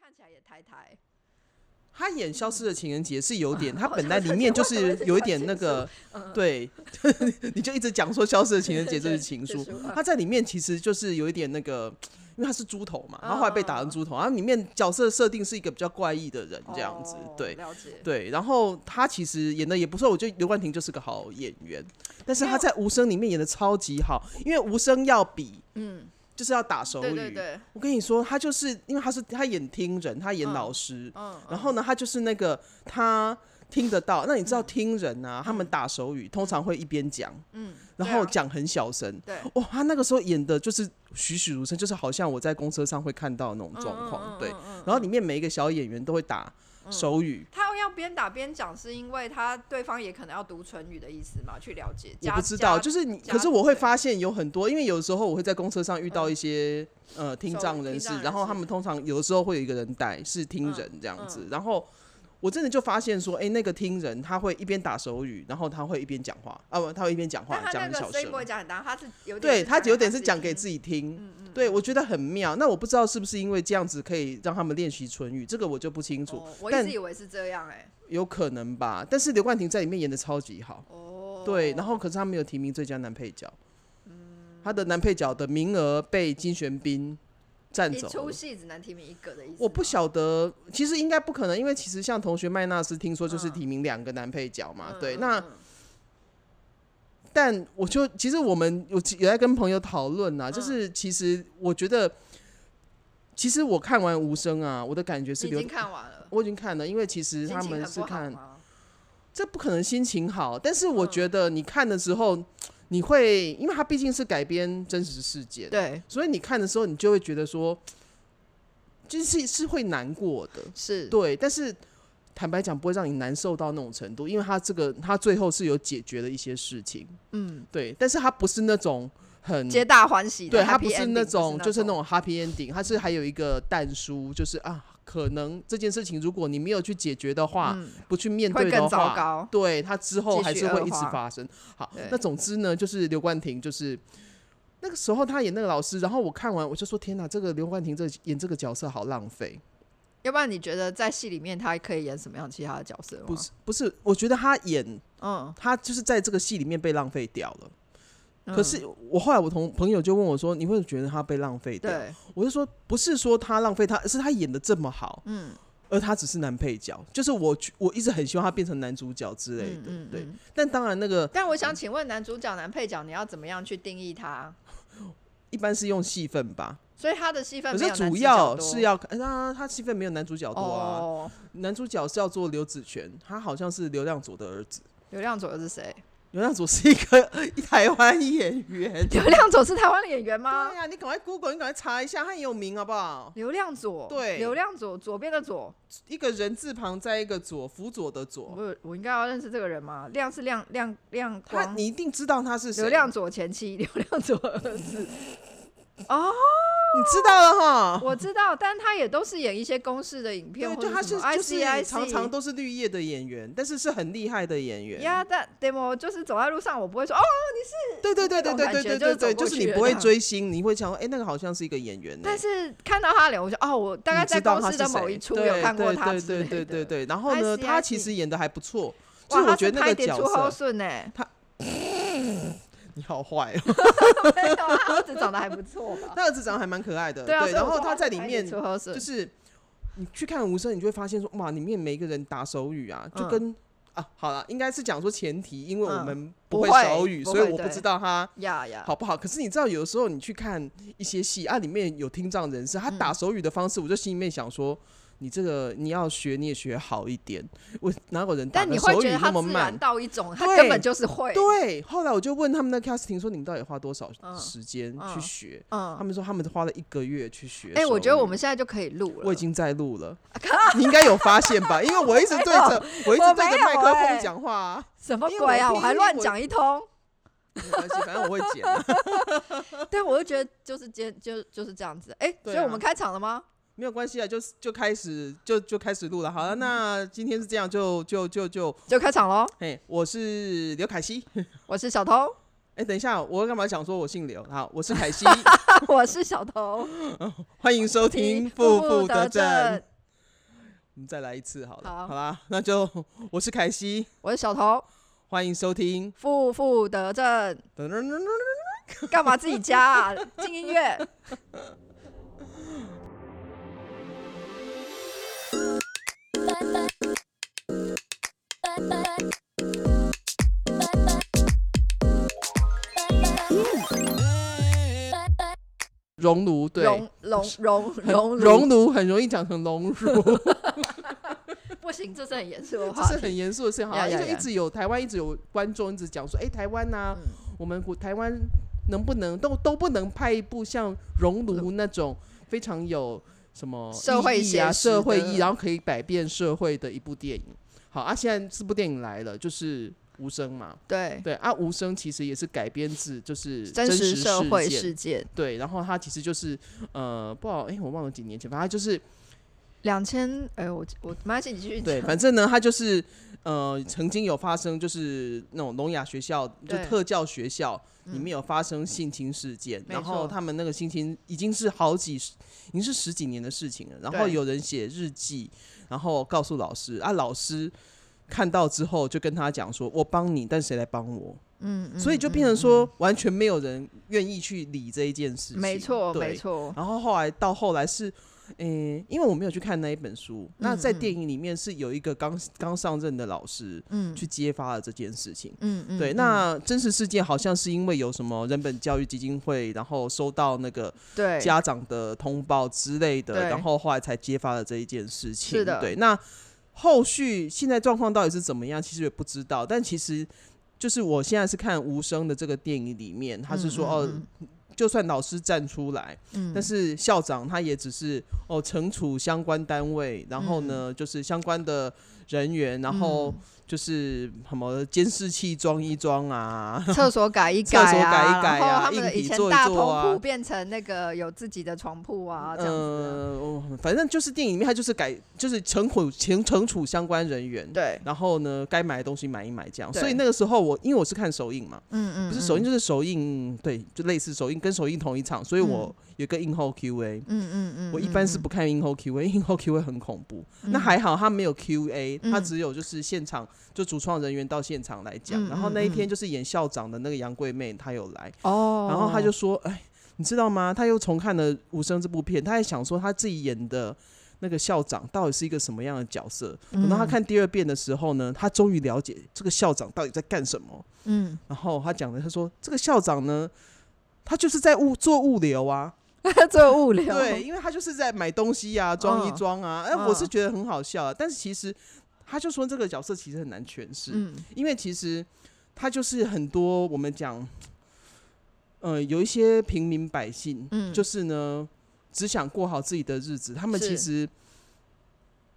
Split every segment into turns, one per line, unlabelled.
看起来也太太。
他演《消失的情人节》是有点，他
好
本
像
来
是
里面就
为什么
是
是
有一
小
点
情
那个，
嗯
对，你就一直讲说《消失的情人节》这
对
是情
这
书
是嗯我，
他在里面其实就是有一点那个，因为他是猪头嘛，然后后来被打
嗯
成猪头，然后里面角色设定是一个比较怪异的人这样子
哦，
对
了解。
对，然后他其实演的也不错，我觉得刘冠廷就是个好演员，但是
没
他
有
在《无声》里面演的超级好，因为《无声》要比
嗯，
就是要打手
对
语，
对对，
我跟你说，他就是因为他是他演听人，他演
嗯
老师，
嗯，
然后呢，他就是那个他听得到。那你知道听人啊，他们打手语通常会一边讲，
嗯，
然
对啊
后讲很小声。
对，
哇、他那个时候演的就是栩栩如生，就是好像我在公车上会看到那种
嗯
状况。
嗯嗯
对
嗯，嗯
然后里面每一个小演员都会打手语，
他要边打边讲，是因为他对方也可能要读唇语的意思嘛，去了解。
我
加
不知道，
加
就是你，
加嗯
可是我会发现有很多，因为有时候我会在公车上遇到一些、呃听障人
听
士
障人，士嗯
然后他们通常有的时候会有一个人带是听人这样子，然后我真的就发现说，哎、那个听人他会一边打手语，然后他会一边讲话，啊不，他会一边讲话
但他
讲
那
很
个
小
C
声
不，会讲很大，他是有点
对他有点是
自己嗯
讲给自己听，对我觉得很妙。那我不知道是不是因为这样子可以让他们练习唇语，这个我就不清
听
楚，
哦我一
但
直以为是这样哎。
有可能吧。但是刘冠廷在里面演的超级好。
哦，
对，然后可是他没有提名最佳男配角，他的男配角的名额被金玄彬占
一
走
出
了。
戏只能提名一个的意思吗。
我不晓得，其实应该不可能，因为其实像同学麦纳斯，听说就是提名两个男配角嘛。
嗯
对，
嗯
那
嗯
但我就其实我们有有在跟朋友讨论呐，
嗯
就是其实我觉得，其实我看完《无声》啊，我的感觉是
你已
刘
经，看完了，
我已经看了，因为其实
心
他
情
们
很不
是
好
看
吗
这不可能心情好，但是我
嗯
觉得你看的时候，你会，因为它毕竟是改编真实事件，，
对
所以你看的时候，你就会觉得说，就是是会难过的，
是
对，但是坦白讲，不会让你难受到那种程度，因为它这个它最后是有解决了一些事情，
嗯
对，但是它不是那种很。
皆大欢喜的，
对，它
happy
不是
ending，
那种，就是那
种
种 happy ending，它是还有一个淡书，就是啊，可能这件事情如果你没有去解决的话，
嗯
不去面
会
对的
更糟
话，
糕。
对他之后还是会一直发生。好
对，
那总之呢，就是刘冠廷，就是那个时候他演那个老师，然后我看完我就说：天哪，这个刘冠廷这演这个角色好浪费。
要不然你觉得在戏里面他可以演什么样其他的角色吗？
不是不是，我觉得他演
嗯，
他就是在这个戏里面被浪费掉了。
嗯，
可是我后来我同朋友就问我说：你会觉得他被浪费掉？
对，
我就说不是说他浪费他，是他演的这么好，
嗯，
而他只是男配角。就是我我一直很希望他变成男主角之类
嗯
的，
嗯
对
嗯。
嗯但当然那个
但我想请问男主角、男配角，你要怎么样去定义他？
一般是用戏份吧，
所以他的戏份
可
没有
是
男
主
主角
要
多
是要看，那他戏份没有男主角多啊。
哦，
男主角是叫做刘子权，他好像是刘亮佐的儿子。
流量左是 谁？
刘亮佐是一个 一台湾演 员。
流量左是台湾的演员吗
对？啊呀、你赶快 Google，你赶快查一下，他很有名好不好？
流量左，
对
流量左，左边的左，
一个人字旁在一个左，辅佐的佐。
我我应该要认识这个人吗？亮是亮亮亮
他
光，
你一定知道他是谁，
流量左前妻， 流量左 儿子。哦，
你知道了哈。
我知道，但他也都是演一些公式的影片，
对，
或者
就他
什
是
么
就是常
ICIC
常都是绿叶的演员，但是是很厉害的演员。
呀，但 demo 就是走在路上，我不会说哦，
对对对对对对对对对，
就走过
就是
去
是你
了
不会
这样
追星，你会想说，哎、那个好像是一个演员、呢。
但是看到他的脸，我就哦，我大概在
你知道
公
他
司
是
的
谁
某一出
对
有看过他
对
之类
对
的。
对对对。然后呢，
I see,
他
I
其
see
实演的还不错，
哇，
就是我
他
觉
是
得那
拍
个
得
角
出好
色，
顺 哎，
你好坏哦。
没有，他 儿子长得还不错吧？
他儿子长得还蛮可爱 的，
对啊，所以
然
我
后
说
他
哇
在
是
里
拍得
面
出好顺
就是你去看无声，你就会发现说，哇，里面每一个人打手语啊，就
嗯
跟。啊，好了，应该是讲说前提，因为我
嗯
们
不
会
会
手语，
不
所以
会
我不
对
知道他
呀呀，
好不好？可是你知道，有的时候你去看一些戏啊，里面有听障人士，他
嗯
打手语的方式，我就心里面想说，你这个你要学，你也学好一点。我哪有人打
但
个
你会
手
觉
语
得
那
他
么
自然
慢？
到一种，他
对
根本就是会。
对，后来我就问他们的 casting 说，你们到底花多少
嗯
时间去
嗯
学？他
嗯，
们说他们花了一个月去学手语。
哎，我觉得我们现在就可以录了。
我已经在 录了，你应该有发现吧？因为我一直对着我一直
我
对
没
着
有
麦克风
欸
讲话啊，
什么
因为我
鬼啊！
拼
我还
音
乱
我
讲一通。
没关系，反正我会剪的，
对，我就觉得就是今天就就是这样子。哎，
对
所以我
啊
们开场了吗？
没有关系啊，就就开始就就开始录了。好了，那今天是这样，就就就就
就开场喽。
嘿，我是刘凯西。哎、
我是小偷，
等一下，我干嘛讲说我姓刘？好，我是 凯西，
我是小偷。
欢迎收听《
负
负负得正》。我们再来一次好了，
好
好啦，那就我是凯西，
我是小头，
欢迎收 听。
负负得正，
噔噔噔噔
干嘛自己加啊？进音乐。
熔炉 对，
熔熔熔熔
熔炉很容易讲成熔炉，
不行，这是很严肃的
这
话
是很严肃的事情。好
呀
像
呀
就一
呀
直有台湾一直有观众一直讲说，哎、台湾呐、
嗯
我们国台湾能不能都都不能拍一部像《熔炉》那种非常有什么
社会
意义啊、
写实的
社会意义，然后可以改变社会的一部电影。好啊，现在这部电影来了，就是《无声》嘛。
对
对啊，《无声》其实也是改编自就是
嗯真实
实
社会
件。
事件，
对，然后它其实就是呃，不好，哎、我忘了几年前，反正它就是
两千哎，我我没关系，你继续
对，
讲。
反正呢，他就是呃，曾经有发生就是那种聋哑学校，就
对
特教学校
嗯
里面有发生性侵事件，
没
然后
错
他们那个性侵已经是好几十，已经是十几年的事情了。然后
对
有人写日记，然后告诉老师啊，老师看到之后就跟他讲说，我帮你，但谁来帮我？
嗯，嗯
所以就变成说，完全没有人愿意去理这一件事情。
没错
对
没错，
然后后来到后来是，诶、因为我没有去看那一本书，那在
嗯
电影里面是有一个刚刚上任的老师
嗯
去揭发了这件事情。
嗯嗯，
对，
嗯
那真实事件好像是因为有什么人本教育基金会，然后收到那个
对
家长的通报之类的，
对
然后后来才揭发了这一件事情。
是的
对，那后续现在状况到底是怎么样，其实也不知道。但其实就是我现在是看无声的这个电影里面，他是说、
嗯
哦，就算老师站出来，
嗯
但是校长他也只是哦惩处相关单位，然后
嗯
呢、就是相关的人员，然后就是什么监视器装一装啊，
厕所改一
厕所
啊，
改一改啊
然后他们的
硬体
以前
做一
大
做啊
通铺变成那个有自己的床铺 啊，这样子啊、
呃，哦反正就是电影里面他就是改就是惩处惩惩处相关人员，
对，
然后呢该买的东西买一买这样，
对
所以那个时候我因为我是看首映嘛，
嗯嗯，
不是首映
嗯，
就是首映，对，就类似首映跟首映同一场，所以我有个映后 Q&A。
嗯嗯嗯，
我一般是
嗯
不看映后 Q&A，映 后 Q&A 很恐怖。
嗯
那还好，他没有 Q&A，他
嗯
只有就是现场就主创人员到现场来讲。
嗯
然后那一
嗯嗯
天就是演校长的那个杨贵妹，她有来，
哦，
然后她就说：“哎，你知道吗？她又重看了《无声》这部片，她还想说她自己演的。”那个校长到底是一个什么样的角色？等到她
嗯
看第二遍的时候呢，她终于了解这个校长到底在干什么。
嗯，
然后她讲的，她说这个校长呢，他就是在物做物流啊，
做物流，
对，，因为他就是在买东西啊，装一
哦嗯
装啊。哎、我是
嗯
觉得很好笑、啊，但是其实他就说这个角色其实很难诠释，
嗯
因为其实他就是很多我们讲，呃，有一些平民百姓，
嗯，
就是呢只想过好自己的日子，他们其
是
实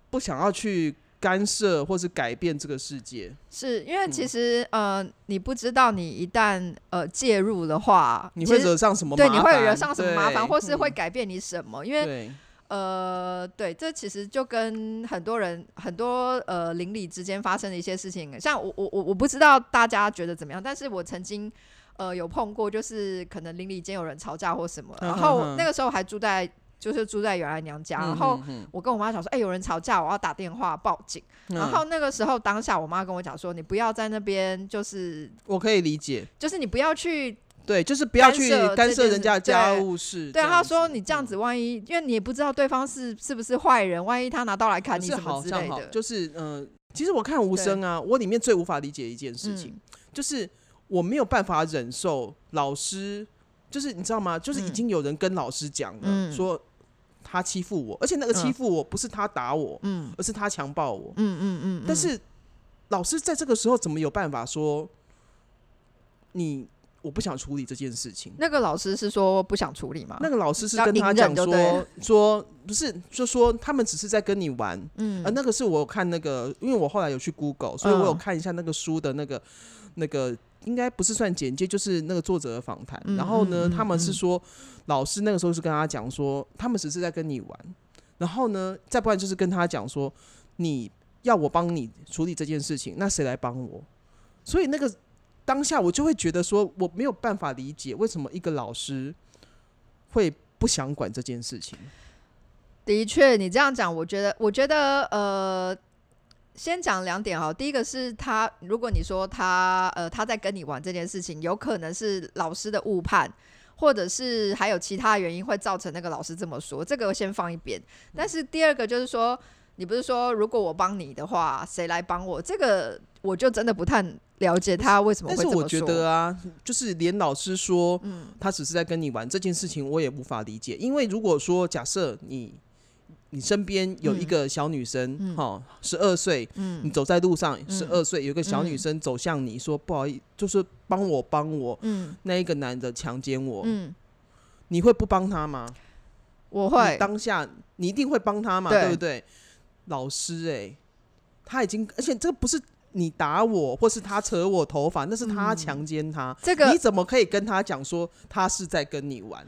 不想要去干涉或是改变这个世界，
是因为
嗯
其实、呃，你不知道你一旦呃介入的话，
你
其
会
实
惹上什么麻
对
烦？
你会惹上什么麻烦，
对
或是会
嗯
改变你什么？因为
对
呃，对，这其实就跟很多人、很多呃邻里之间发生的一些事情，像我、我、我我不知道大家觉得怎么样，但是我曾经呃有碰过，就是可能邻里间有人吵架或什么，然
嗯哼
后
哼
那个时候还住在就是住在原来娘家，然后
嗯嗯
我跟我妈讲说，哎、有人吵架，我要打电话报警。
嗯
然后那个时候当下，我妈跟我讲说，你不要在那边，就是
我可以理解。
就是你不要去
对，就是不要
干
去
涉
干
这
涉
件
人
事
家的家
对
务事。
对，
这
他
样
说
子嗯
你这样子，万一因为你也不知道对方是是不是坏人，万一他拿刀来砍
可
你
是
什么
好
之
像
类
好，
的，
就是嗯、呃其实我看无
对
声啊，我里面最无法理解一件事情，
嗯
就是我没有办法忍受老师，就是你知道吗？就是已
嗯
经有人跟老师讲了，
嗯
说他欺负我，而且那个欺
嗯
负我不是他打我，
嗯
而是他强暴我。
嗯嗯嗯，嗯
但是老师在这个时候怎么有办法说你我不想处理这件事情？
那个老师是说不想处理嘛？
那个老师是
要
跟他
隐
讲
忍
说
就对了
说不是，就说他们只是在跟你玩，
嗯嗯
啊，那个是我有看那个，因为我后来有去 Google，所以我有看一下那个书的那个、那个，应该不是算简介，就是那个作者的访谈。
嗯
然后呢，
嗯嗯
他们是说、老师那个时候是跟他讲说，他们只是在跟你玩，然后呢，再不然就是跟他讲说，你要我帮你处理这件事情，那谁来帮我？所以那个当下我就会觉得说，我没有办法理解为什么一个老师会不想管这件事情。
的确，你这样讲，我觉得，我觉得，呃，先讲两点哈。第一个是他，如果你说他，呃，他在跟你玩这件事情，有可能是老师的误判，或者是还有其他原因会造成那个老师这么说，这个先放一边。但是第二个就是说，你不是说如果我帮你的话，谁来帮我？这个我就真的不太了解他为什么
但
会
是
这么说。嗯
我觉得啊，就是连老师说，他只是在跟你玩这件事情，我也无法理解。因为如果说假设你你身边
嗯
有一个小女生，哈、十二岁，你走在路上，
嗯
十二岁有一个小女生走向你说、不好意思，就是帮我帮我，
嗯
那一个男的强奸我，
嗯，
你会不帮他吗？
我
你
会，
当下你一定会帮他嘛，
对
对不对？老师、哎，他已经，而且这不是你打我，或是他扯我头发，那是他强奸他。
嗯这个
你怎么可以跟他讲说他是在跟你玩？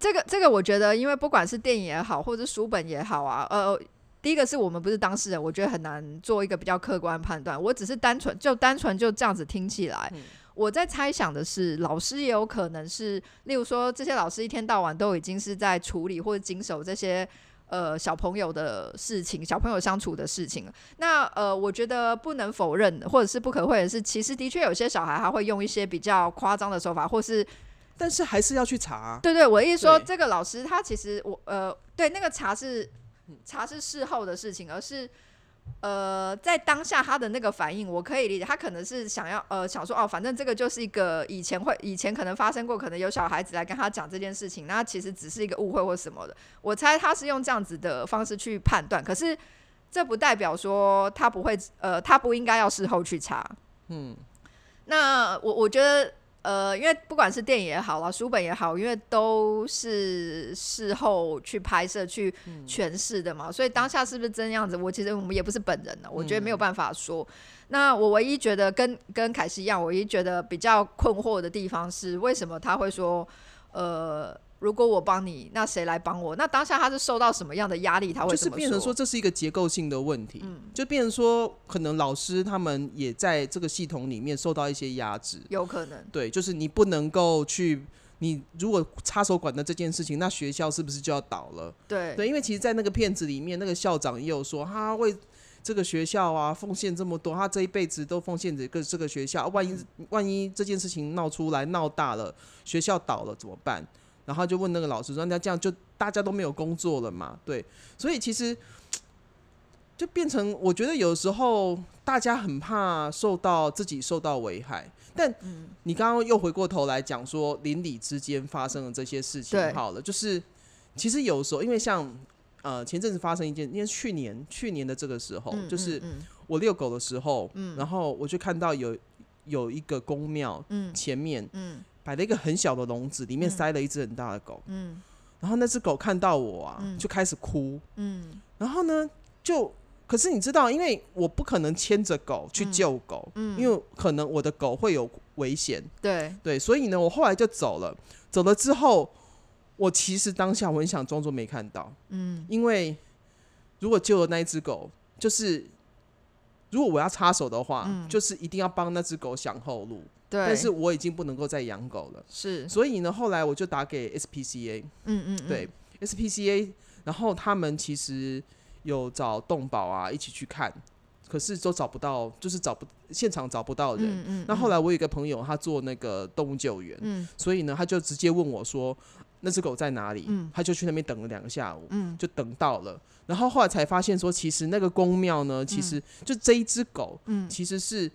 这个这个，我觉得，因为不管是电影也好，或者是书本也好啊，呃，第一个是我们不是当事人，我觉得很难做一个比较客观判断。我只是单纯就单纯就这样子听起来，我在猜想的是，老师也有可能是，例如说这些老师一天到晚都已经是在处理或者经手这些。呃，小朋友的事情，小朋友相处的事情了。那呃，我觉得不能否认，或者是不可讳言的是，其实的确有些小孩他会用一些比较夸张的手法，或是
但是还是要去查啊、
对对，我一说
对
这个老师，他其实我呃，对那个茶是茶是事后的事情，而是呃在当下他的那个反应，我可以理解，他可能是想要呃想说哦，反正这个就是一个以前会以前可能发生过，可能有小孩子来跟他讲这件事情，那其实只是一个误会或什么的。我猜他是用这样子的方式去判断，可是这不代表说他不会呃，他不应该要事后去查。那我我觉得，呃，因为不管是电影也好啦，书本也好，因为都是事后去拍摄、去
嗯
诠释的嘛，所以当下是不是真样子，我其实我们也不是本人啊呢，我觉得
嗯
没有办法说。那我唯一觉得跟跟凯西一样，我唯一觉得比较困惑的地方是，为什么他会说，呃。如果我帮你，那谁来帮我？那当下他是受到什么样的压力？他会
就
这
是
么嗯
变成说这是一个结构性的问题，就变成说可能老师他们也在这个系统里面受到一些压制。
有可能，
对，就是你不能够去，你如果插手管的这件事情，那学校是不是就要倒了？
对
对，因为其实，在那个片子里面，那个校长也有说，他为这个学校啊奉献这么多，他这一辈子都奉献这个这个学校。啊万一
嗯
万一这件事情闹出来闹大了，学校倒了怎么办？然后他就问那个老师说：“那这样就大家都没有工作了嘛？”对，所以其实就变成，我觉得有时候大家很怕受到自己受到危害，但
嗯
你刚刚又回过头来讲说邻里之间发生的这些事情
对，
好了，就是其实有时候因为像呃前阵子发生一件，因为去年去年的这个时候，
嗯
就是
嗯
我遛狗的时候，然后我就看到有有一个公庙
嗯
前面
嗯
摆了一个很小的笼子，里面
嗯
塞了一只很大的狗，
嗯
然后那只狗看到我啊，
嗯
就开始哭，
嗯
然后呢，就可是你知道，因为我不可能牵着狗去救狗，
嗯，
因为可能我的狗会有危险，
对
对，所以呢，我后来就走了。走了之后，我其实当下我很想装作没看到，
嗯
因为如果救了那一只狗，就是如果我要插手的话，
嗯
就是一定要帮那只狗想后路。
对，
但是我已经不能够再养狗了，
是
所以呢，后来我就打给 SPCA，
嗯嗯，嗯
对、SPCA，然后他们其实有找动保啊一起去看，可是都找不到，就是找不现场找不到人。
嗯嗯，
那
嗯
后来我有一个朋友，他做那个动物救援，
嗯
所以呢，他就直接问我说那只狗在哪里？
嗯
他就去那边等了两个下午，
嗯
就等到了。然后后来才发现说，其实那个公庙呢，其实就这一只狗，
嗯
其实是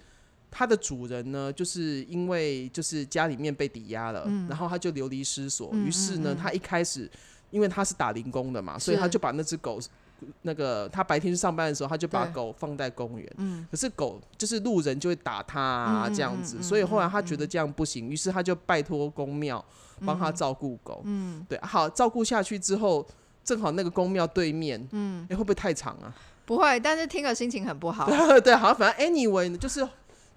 它的主人呢，就是因为就是家里面被抵押了，然后他就流离失所，
嗯
于是呢
嗯嗯，
他一开始因为他是打零工的嘛，所以
是
他就把那只狗。那个他白天去上班的时候，他就把
对
狗放在公园，
嗯
可是狗就是路人就会打它啊
嗯嗯
这样子，
嗯嗯
所以后来他
嗯
觉得这样不行，于是他就拜托公庙帮他照顾狗。
嗯，
对，好照顾下去之后，正好那个公庙对面，嗯，哎、会不会太长啊？
不会，但是听了心情很不好，
对，好，反正 anyway 呢，就是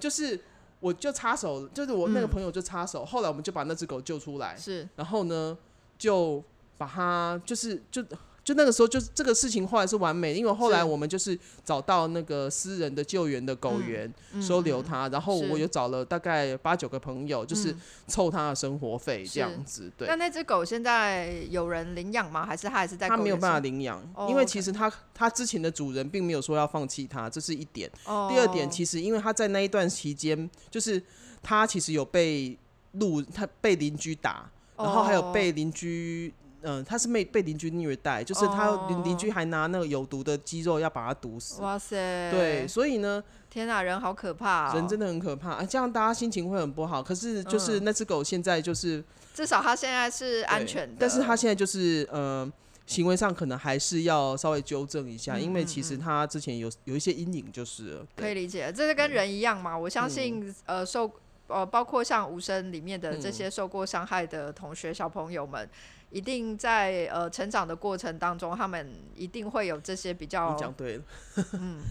就是我就插手，就是我
嗯
那个朋友就插手，后来我们就把那只狗救出来，
是
然后呢就把它就是就就那个时候，就是这个事情后来是完美的，因为后
是
来我们就是找到那个私人的救援的狗
嗯
园、
嗯
收留
嗯
它，然后
是
我又找了大概八九个朋友，就是
嗯
凑它的生活费
是
这样子。对
那，那只狗现在有人领养吗？还是它还是在？
它没有办法。领养，
哦
因为
OK
其实它它之前的主人并没有说要放弃它，这是一点。
哦、
第二点，其实因为他在那一段期间，就是他其实有被路，他被邻居打，
哦
然后还有被邻居，嗯、他是被被邻居虐待，就是他邻邻居还拿那个有毒的鸡肉要把他毒死
哦、。哇塞，
对，，所以呢，
天哪、人好可怕、哦。
人真的很可怕，啊这样大家心情会很不好。可是就是那只狗现在就是
至少它现在是安
对
全的，
但是它现在就是呃，行为上可能还是要稍微纠正一下，
嗯
因为
嗯
其实
嗯
它之前有有一些阴影，就是了
可以
对嗯
理解，这是跟人一样嘛。我相信，呃，受呃，包括像无声里面的这
嗯
些受过伤害的同学、小朋友们，一定在呃成长的过程当中，他们一定会有这些比较
你。讲对了。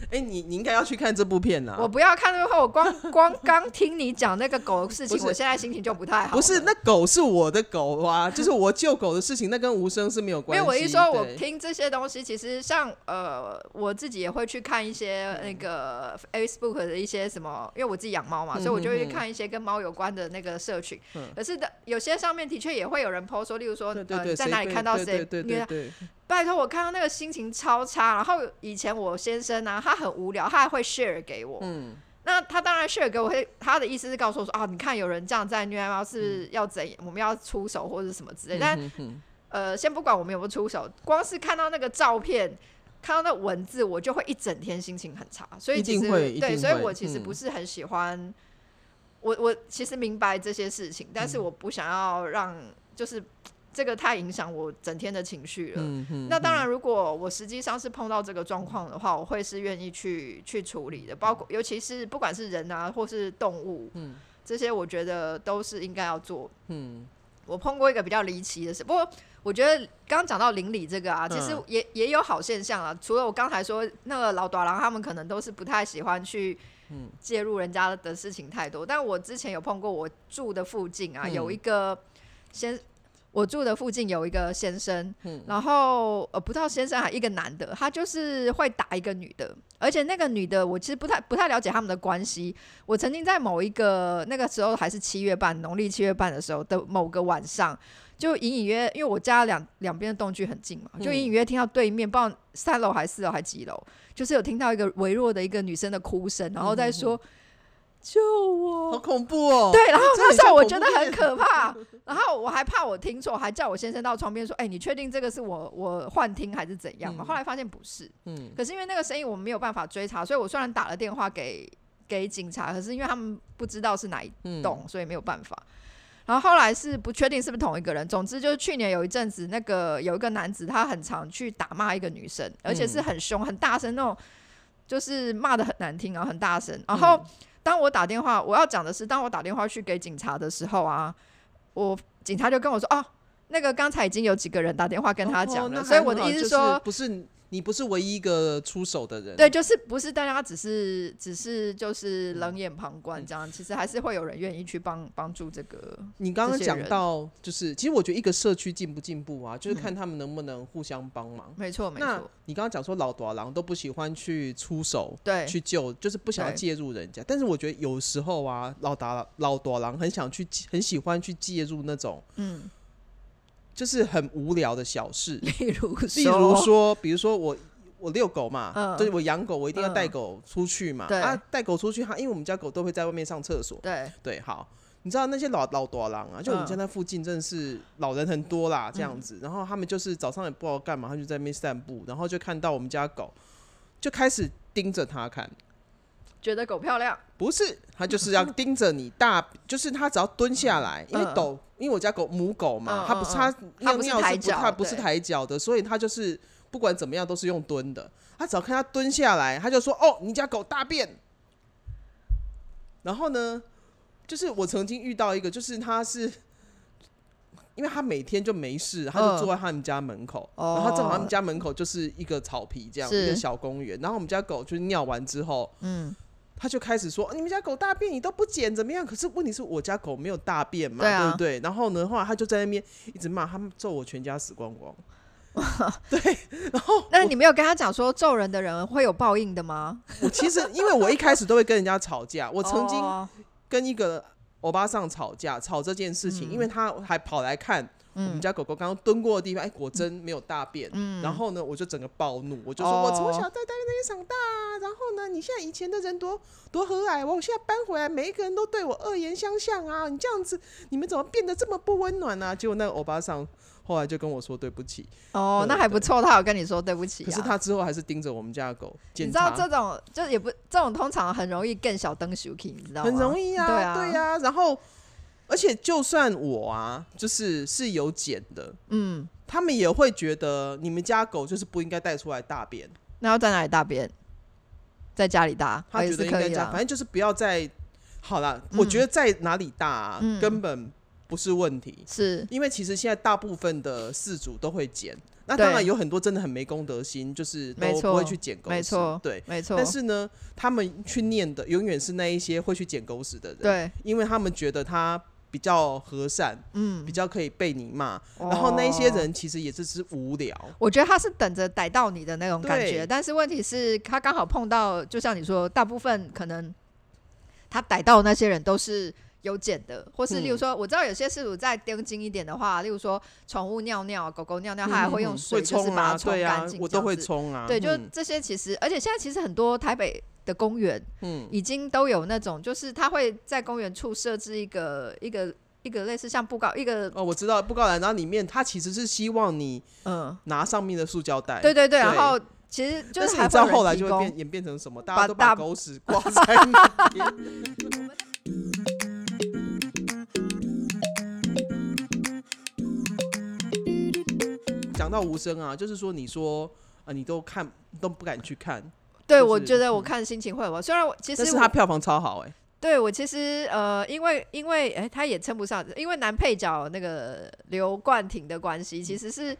哎、你你应该要去看这部片啊哎啦。
嗯我不要看那个，我光 光刚听你讲那个狗的事情
不，是
我现在心情就不太好了。
不是，那狗是我的狗啊，就是我救狗的事情，那跟无声是没有
因
关
为
系。
我一说，我
对
听这些东西，其实像呃，我自己也会去看一些那个 Facebook 的一些什么，因为我自己养猫嘛，
嗯
所以我就会去
嗯嗯
看一些跟猫有关的那个社群。
嗯
可是的，有些上面的确也会有人 PO 说，例如说，
对对
呃，
对，
你在
谁
哪里
被
看到
对
谁
对对
虐
对
待？
对，
拜托，我看到那个心情超差。然后以前我先生呢、他很无聊，他还会 share 给我。
嗯，
那他当然 share 给我，会他的意思是告诉我说啊，你看有人这样在虐待猫，是不是要怎，我们要出手或者什么之类的。但
嗯哼
呃，先不管我们有没有出手，光是看到那个照片，看到那文字，我就会一整天心情很差。所以
一
其
定
实
会一
对，
定
所以
会
我其实
嗯
不是很喜欢。我我其实明白这些事情，但
嗯
是我不想要让，就是这个太影响我整天的情绪了。
嗯哼
呃那当然，如果我实际上是碰到这个状况的话，我会是愿意去去处理的，包括尤其是不管是人啊，或是动物，
嗯
这些我觉得都是应该要做。
嗯
我碰过一个比较离奇的事，不过我觉得刚刚讲到邻里这个啊，
嗯
其实也、也有好现象啊。除了我刚才说那个老短郎他们可能都是不太喜欢去
嗯
介入人家的事情太多，但我之前有碰过，我住的附近啊、
嗯
有一个先。我住的附近有一个先生，
嗯
然后呃不知道先生还一个男的，他就是会打一个女的，而且那个女的我其实不太不太了解他们的关系。我曾经在某一个那个时候还是七月半，农历七月半的时候的某个晚上，就隐隐约，因为我家两两边的栋距很近嘛，就隐隐约听到对面，不知道三楼还是四楼还是几楼，就是有听到一个微弱的一个女生的哭声，然后在说、救我，
好恐怖哦。
对，然后
这很
那时
像
候我
恐
觉
怖
得很
片
可怕，然后我还怕我听错，还叫我先生到窗边说：“哎、你确定这个是我我幻听还是怎样吗？”后来发现不是，
嗯
可是因为那个声音我们没有办法追查，所以我虽然打了电话给给警察，可是因为他们不知道是哪一
嗯
栋，所以没有办法。然后后来是不确定是不是同一个人，总之就是去年有一阵子，那个有一个男子他很常去打骂一个女生，而且是
嗯
很凶、很大声那种，就是骂的很难听啊，很大声。然后
嗯
当我打电话，我要讲的是，当我打电话去给警察的时候啊，我警察就跟我说，哦，那个刚才已经有几个人打电话跟他讲
哦
了，
那
所以
还
我
好
的意
就
思
是
说，
不是你不是唯一一个出手的人。
对，就是不是大家只是只是
嗯
就是冷眼旁观这样，其实还是会有人愿意去帮帮助这个。
你刚刚
这些
讲
人
到，就是其实我觉得一个社区进不进步啊，就是
嗯
看他们能不能互相帮忙。
没错，没
那
错，
你刚刚讲说老多郎都不喜欢去出手，
对，
去救，就是不想要
对
介入人家。但是我觉得有时候啊，老达老朵郎很想去，很喜欢去介入那种
嗯，
就是很无聊的小事，
例如
例如，说，比如说我。我遛狗嘛，
嗯
对我养狗，我一定要
嗯
带狗出去嘛。
对
啊，带狗出去，它因为我们家狗都会在外面上厕所。
对，嗯
对，好，你知道那些老老朵郎啊，就我们家那附近真的是老人很多啦，这样子。然后他们就是早上也不知道干嘛，他就在那边散步，然后就看到我们家狗，就开始盯着它看。
觉得狗漂亮，
不是，它就是要盯着你大， 就是它只要蹲下来，因为
嗯
狗，因为我家狗母狗
嗯，
嘛它不是
嗯
它
它
尿
不是
尿
抬
是不
脚
它不是
对
抬脚的，所以它就是不管怎么样都是用蹲的。它只要看它蹲下来，它就说：“哦，你家狗大便。”然后呢，就是我曾经遇到一个，就是他是。因为他每天就没事，他就
嗯
坐在他们家门口，
哦
然后正好他们家门口就是一个草皮这样，
是
一个小公园。然后我们家狗就是尿完之后，
嗯，
他就开始说：“你们家狗大便你都不捡怎么样？”可是问题是我家狗没有大便嘛，
对啊
不对？然后呢，后来他就在那边一直骂，他们咒我全家死光光。然后
那你没有跟他讲说咒人的人会有报应的吗？
我其实因为我一开始都会跟人家吵架，我
我
曾经跟一个欧巴桑吵架，吵这件事
嗯
情，因为他还跑来看我们家狗狗刚刚蹲过的地方，哎、果真没有大便。然后呢，我就整个暴怒，我就说、
嗯哦
我从小在大便那里长大啊，然后呢，你现在以前的人多多和蔼，我现在搬回来，每一个人都对我恶言相向啊，你这样子，你们怎么变得这么不温暖呢、啊？结果那个欧巴桑后来就跟我说对不起，
哦，那还不错，他有跟你说对不起、啊。
可是他之后还是盯着我们家的狗
你
检
知道
查
这。种就也不这种通常很容易更小灯 Suki，你知道吗？
很容易啊，
对啊，
对啊。然后，而且就算我啊，就是是有捡的，
嗯，
他们也会觉得你们家狗就是不应该带出来大便，
那要在哪里大便？在家里大，
他
哦也
觉
是
得应
可
该
以
这样，
啦
反。正就是不要再。好啦，
嗯
我觉得在哪里大、啊
嗯
根本不是问题，
是，
因为其实现在大部分的饲主都会捡。那当然
对
有很多真的很没公德心，就是
没
都
错
不会去捡狗屎，
没错
对。
没错
但。是呢，他们去念的永远是那一些会去捡狗屎的人，
对，
因为他们觉得他比较和善，
嗯哦
比，较可以被你骂。然后那一些人其实也只是无聊，
我觉得他是等着逮到你的那种感觉，
对
但是问题是，他刚好碰到，就像你说，大部分可能他逮到的那些人都是有捡的，或是
嗯
例如说，我知道有些事主再盯紧一点的话，例如说宠物尿尿、啊狗狗
嗯
尿尿，他还会用水
会
就是
冲
把它
啊，
冲
对啊
干净，，
我都会
这样子。
冲啊。
对，就
嗯
这些其实，而且现在其实很多台北的公园
嗯
已经都有那种，就是他会在公园处设置一个一个一个类似像布告一个
哦，我知道布告栏，然后里面它其实是希望你
嗯，
拿上面的塑胶袋，
对对对，
对
然后其实就
但是
还
你知
会有
道
人
后来
提
就会
供
变演变成什么？大
把
家都把
大
狗屎挂在那边。 讲到无声啊，就是说你说啊、你都看都不敢去看，
对，
就
我
是
觉得我
嗯
看心情会有吧。虽然我其
但
实
是它
我
票房超好哎、
对我其实呃，因为因为哎，他也称不上，因为男配角那个刘冠廷的关系，其实是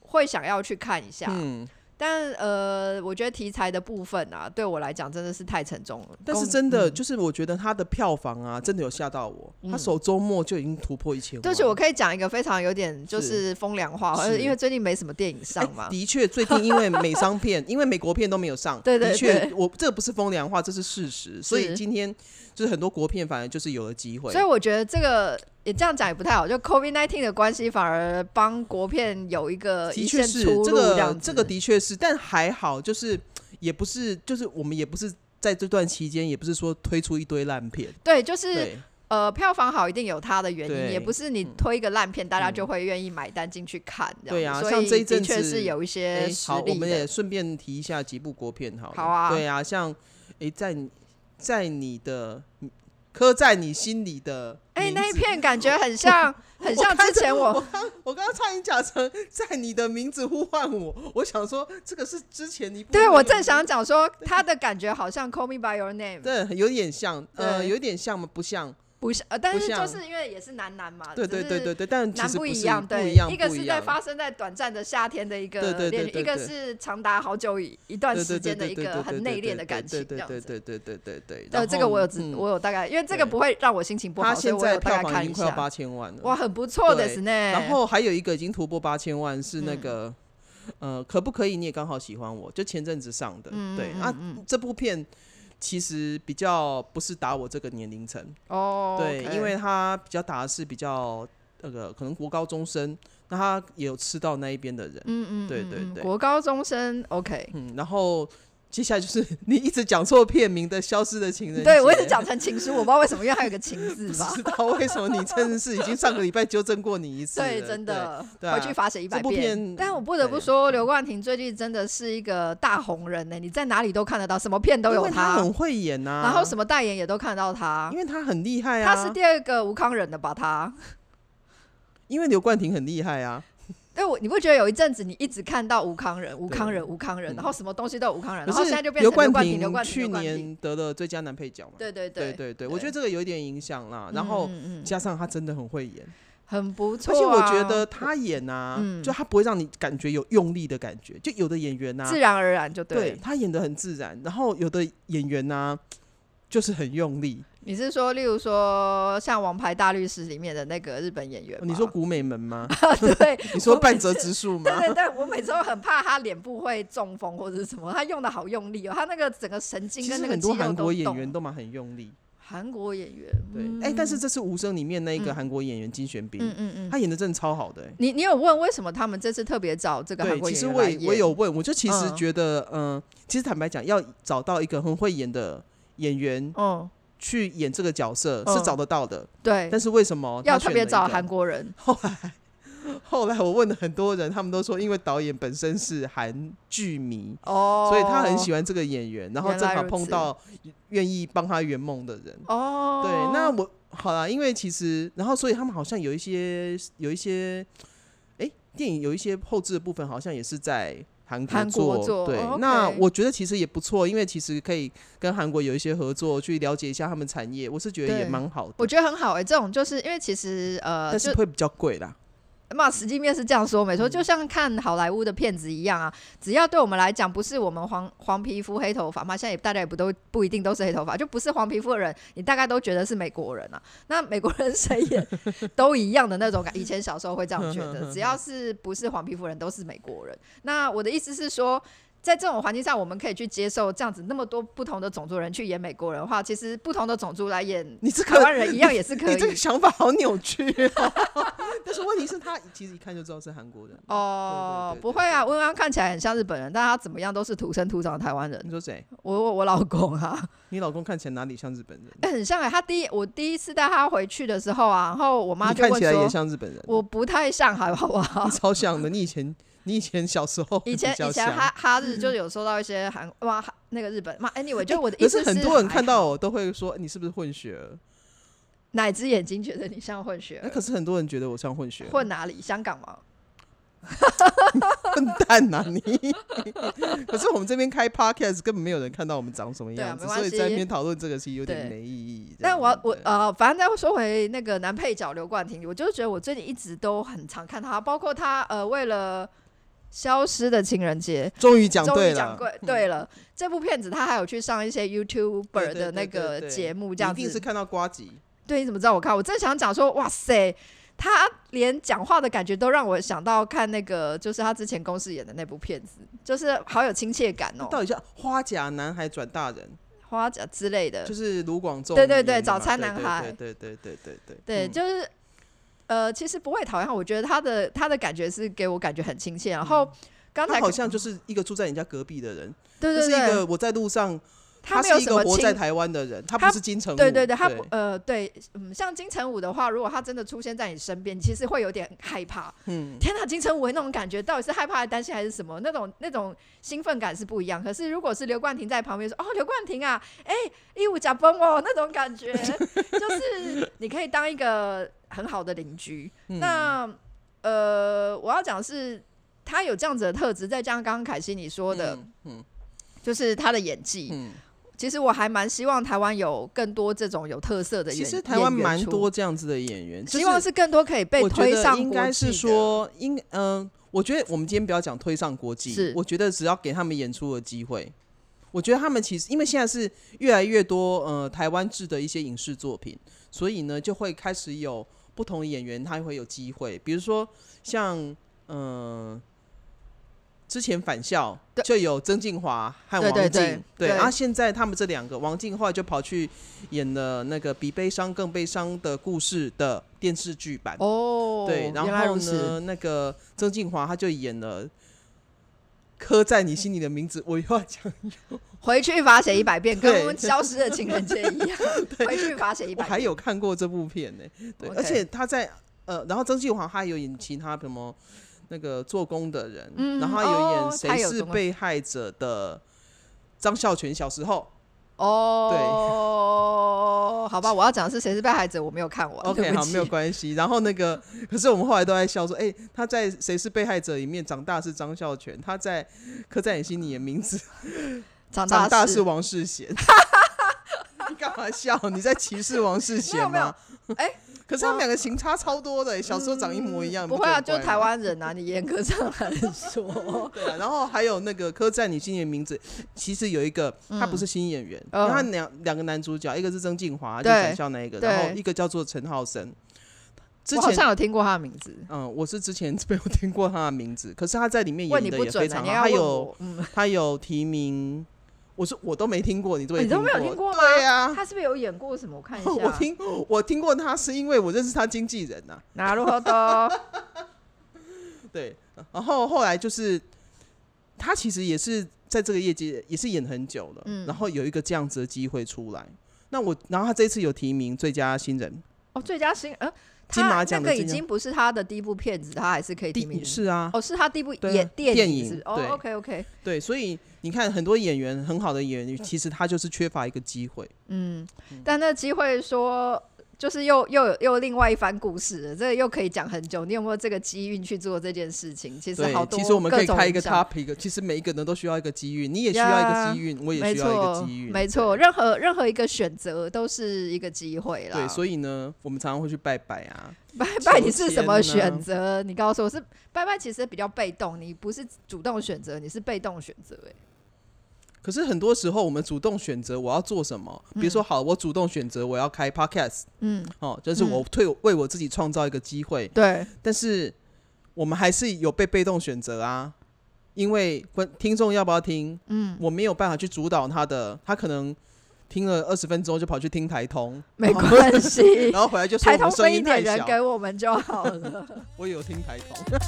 会想要去看一下。
嗯，
但呃，我觉得题材的部分啊，对我来讲真的是太沉重了。
但是
公嗯
真的、就是我觉得它的票房啊，真的有吓到我，它首周末就已经突破一千万，
对不起，我可以讲一个非常有点就是风凉话，
是
呃因为最近没什么电影上嘛
哎。的确，最近因为美商 片，因为美国片都没有上，
对对
的确
对，
我这不是风凉话，这是事实。所以
是
今天就是很多国片，反而就是有了机会
所。以我觉得这个也这样讲也不太好，就 COVID nineteen 的关系，反而帮国片有一个
的
一
确
线
是
出路
这
样
个，
子
这个的确是，但还好，就是也不是，就是我们也不是在这段期间，也不是说推出一堆烂片，
对，就是
对，
呃，票房好一定有它的原因，
对
也不是你
嗯
推一个烂片，大家就会愿意买单进去看。这样
对啊
所
像
以
这一
的
阵
确
子
是有一些
哎
实
好，我
力
们
的
也。顺便提一下几部国片好了，
好啊
对啊，像哎，在你在你的刻在你心里的
哎、
名
那一
字哦
片感觉很像，很像之前我
我刚我刚刚差点讲成在你的名字呼唤我，我想说这个是之前一部
对啊我 正
正
想讲说，他的感觉好像《Call Me by Your Name》，
对有点像，呃，
对
有点像吗？不像，
不像，呃，但
不
是就
像
是因为也是男男嘛，
对
只
对对
是
对对，但其
男
实
不
不
一
是
样，对，
不一样，
个
不
是
一
在
样啊
发生在短暂的夏天的一个
对对对
恋
对
一个
对
是长达好久以一段
对
时
对对
间的
对
一
对对
个很
对
内
对
敛的
对
感情，
对
这
对
样
对
子。
对对对对对。
呃，
然
这个
后
我有知，
嗯
我有大概，因为这个
对
不会让我心情不好，
他
所以
现
我
在
有大
票
概
房已
看
经
一
快要
下。
八千万了，
哇，很不错的
对
是呢。
然后还有一个已经突破八千万是
嗯
那个，呃，可不可以你也刚好喜欢我，就前阵子上的，
嗯
对，
嗯
那、
嗯
这部片其实比较不是打我这个年龄层，
哦，
对
OK
因为他比较打的是比较那个、可能国高中生，那他也有吃到那一边的人，
嗯嗯，
对
嗯
对
嗯
对
国高中生 OK。
嗯，然后接下来就是你一直讲错片名的《消失的情人》，
对，我一直。讲成情书，我不知道为什么，因为还有个 情字
不
吧。
知道为什么你真的是已经上个礼拜纠正过你一次了，
对，真的
对啊
回去罚写一百
这部
遍。
片
但我不得不
对
说，刘冠廷最近真的是一个大红人呢、你在哪里都看得到，什么片都
对，因
有
为他很会演呐、
然后什么代言也都看得到他
因。为他很厉害啊，
他是第二个吴康仁的吧？他，
因为刘冠廷很厉害啊，
对我你不觉得有一阵子你一直看到吴康仁、吴
对
康仁、吴康仁，
嗯
然后什么东西都有吴康仁，
可
然后现在
是
就变
刘
成刘
冠
冠廷、刘冠廷、
去
刘冠廷。
年得了最佳男配角嘛，
对对
对
对，
对对，我觉得这个有一点影响啦，然后
嗯嗯嗯
加上他真的很会演，
很不错
而
啊。
且我觉得他演啊
嗯，
就他不会让你感觉有用力的感觉，就有的演员呐，啊
自然而然就
对
对，
他演的很自然，然后有的演员呐。啊就是很用力。
你是说，例如说像《王牌大律师》里面的那个日本演员吗？
你说古美门吗？
对，
你说
我
半
每
泽
次
直树吗
对？对对，我每次都很怕他脸部会中风或者是什么，他用的好用力哦，他那个整个神
其
经
实
跟那个
很
肌肉
多
都
韩国演员
动
都蛮很用力。
韩国演员，
对，
嗯
哎、但是这次《无声》里面那一个
嗯
韩国演员金玄彬，
嗯嗯嗯，
他演的真的超好的、欸。
你你有问为什么他们这次特别找这个韩
对，
国
其
演
实
员
我
来
也
演？
我有问，我就其实
嗯
觉得，嗯、其实坦白讲，要找到一个很会演的演员
嗯，
去演这个角色、
嗯
是找得到的，
对，
但是为什么
要特别找韩
国？
国人，
后来 后来我问了很多人，他们都说，因为导演本身是韩剧迷，
哦，
所以他很喜欢这个演员，然后
原
正
来
好
如
碰
此
到愿意帮他圆梦的人。
哦，
对，那我好啦，因为其实，然后所以他们好像有一些有一些，哎、电影有一些后置的部分，好像也是在韩国
韩国做
对，
哦
那
OK
我觉得其实也不错，因为其实可以跟韩国有一些合作，去了解一下他们产业，我是觉得也
对
蛮好的。
我觉得很好哎、这种就是因为其实呃，
但
就是
会比较贵啦，
嘛，实际面是这样说，没错，就像看好莱坞的片子一样啊，只要对我们来讲不是我们黄黄皮肤黑头发嘛，现在也大家也不都不一定都是黑头发，就不是黄皮肤的人，你大概都觉得是美国人啊。那美国人谁演都一样的那种感，以前小时候会这样觉 得，只要是不是黄皮肤人都是美国人。那我的意思是说。在这种环境下，我们可以去接受这样子那么多不同的种族人去演美国人的话，其实不同的种族来 演
你这
台
个
湾人一样也是可
你这
以
个。想法好扭曲、
啊
哦 但是问题是他其实一看就知道是韩国人。
哦
对对对，
不会啊，温安看起来很像日本人，但他怎么样都是土生土长的台湾人
你。说谁？
我我我老公啊，
你老公看起来哪里像日本人？
哎很像哎、他第一我第一次带他回去的时候啊，然后我妈
你
就
看
问
起来也
说，
像日本人。
我不太像，好不好
你？超像的。你以前，你以前小时候
以前
比较
以前
像
哈哈日就有收到一些韩哇哈那个日本嘛，anyway，就我的意
哎可
思
是很多人
还
看到我都会说你是不是混血儿？
哪只眼睛觉得你像混血
那可是很多人觉得我像混血
儿，
儿，
呃 混哪里？香港吗？
混蛋呐、你！ 可是我们这边开 podcast 根本没有人看到我们长什么
对啊
样子，
没关
所以
系
在那边讨论这个其实有点
对
没意义。这样
但我要我
对
呃，反正再说回那个男配角刘冠廷，我就觉得我最近一直都很常看他，包括他呃，为了《消失的情人节》
终于讲
终
对
于讲
了，
对
嗯
对了，这部片子他还有去上一些 YouTuber
对对
的那
对对
个
对
节目，这
你一
样
定是
子。
看到瓜吉。
对，你怎么知道我看？我正想讲说，哇塞，他连讲话的感觉都让我想到看那个，就是他之前公司演的那部片子，就是好有亲切感哦，
到底叫花甲男孩转大人，
花甲之类的
就。是卢广仲
呃对对对
演的嘛
早餐男
对
孩
对对对对对
对，
嗯
就是呃，其实不会讨厌他，我觉得他的他的感觉是给我感觉很亲切。然后刚才
嗯他
看
好像就是一个住在人家隔壁的人，
对
这
对
是一个
对，
我在路上，
他没
是
有
一
什
个
么
活
亲
在台湾的人，他
他
不是金城武，
对对对，他不呃对，嗯，像金城武的话，如果他真的出现在你身边，你其实会有点害怕。
嗯，
天哪，金城武那种感觉，到底是害怕、担心还是什么？那种那种兴奋感是不一样。可是如果是刘冠廷在旁边说：“哦，刘冠廷啊，哎、一五甲崩哦，那种感觉， 就是你可以当一个很好的邻居。
嗯
那呃，我要讲的是他有这样子的特质，再加上刚刚凯西你说的，
嗯嗯
就是他的演技。
嗯，
其实我还蛮希望台湾有更多这种有特色的演
其实台湾
演员
蛮
出
多这样子的演员，就
希望是更多可以被
我觉
推
得
上
应
国
该
际
是
的
说，应嗯、我觉得我们今天不要讲推上国际
是，
我觉得只要给他们演出的机会，我觉得他们其实因为现在是越来越多呃台湾制的一些影视作品，所以呢就会开始有不同的演员他会有机会，比如说像嗯。呃之前返校
对
就有曾静华和
对
王
对
静，
对对
然后现在他们这两个，王静后来就跑去演了那个《比悲伤更悲伤的故事》的电视剧版。
哦，
对，然
原来
后
如此，
呢，那个曾静华他就演了。刻在你心里的名字，我又要讲，
回去罚写一百遍，跟
对
我们消失的情人节一 样，回去罚写一
我
百
还
遍。
有看过这部片呢、对
OK
而且他在呃，然后曾静华他有演其他什么那个做工的人，
嗯
然后他有演
哦他
谁
有
是
做工
被害者的张孝全小时候
哦，好吧，我要讲的是谁是被害者，我没有看完。哦对
，OK，
不
好，
起
没有关系。然后那个，可是我们后来都在笑说，哎、他在谁是被害者里面长大是张孝全，他在刻在你心里的名字
长
长大
是
是 王世贤。你干嘛笑？你在歧视王世
没
贤
有没有
吗？
哎
可是他们两个型差超多的欸、小时候长一模一样。
不
你
会
觉得
啊，
很
就
怪
台
吗。
湾人啊，你严格上来说，
对啊，然后还有那个柯震，你今年名字其实有一个，他不是新演员，
嗯
因为他两两个男主角，一个是曾敬华，就
对
展笑那一个，
对
然后一个叫做陈浩生。之
我好
前
像有听过他的名字。
嗯，我是之前 没有听过他的名字，可是他在里面
问
演
你
的
不
也非
准啊，
常
你
好，
要
他
问
有
我，嗯，
他有提名，我说我都没听过，你都没
哦你都没有听过吗
对呀、
他是不是有演过什么？我看一下。
我听我听过他是因为我认识他经纪人呐、
拿入后都，
对，然后后来就是他其实也是在这个业界也是演很久了，
嗯
然后有一个这样子的机会出来，那我然后他这一次有提名最佳新人，
哦，最佳新呃，
金
他
马奖
那
的
个
最
已
佳
经不是他的第一部片子，他还是可以提名。
是啊，
哦，是他第一部
对啊
演电
电
影
影
是不是哦
对
，OK OK，
对，所以你看很多演员很好的演员，其实他就是缺乏一个机会，
嗯，但那机会说。就是又又有又另外一番故事了，这个又可以讲很久。你有没有这个机运去做这件事情？其实
对
好，多，
其实我们可以开一个
他，
topic，其实每一个人都需要一个机遇，你也需要一个
Yeah，
机遇我也
没
需要一个
错
机遇，，
没错。任何任何一个选择都是一个机会啦。
对，所以呢，我们常常会去拜拜啊，
拜拜，你
求
是什
签
么
呢
选择？你告诉我是拜拜，其实比较被动，你不是主动选择，你是被动选择。哎，
可是很多时候，我们主动选择我要做什么，比如说，好，我主动选择我要开 podcast，
嗯，
哦，就是我退为我自己创造一个机会，
对，
但是我们还是有被被动选择啊，因为观听众要不要听，嗯，我没有办法去主导他的，他可能听了二十分钟就跑去听台通，
没关 系，
然后回来就说
台
哦我
通
们声
分一
音
点
太
人
小，
给我们就好 了。
我也有听 台通。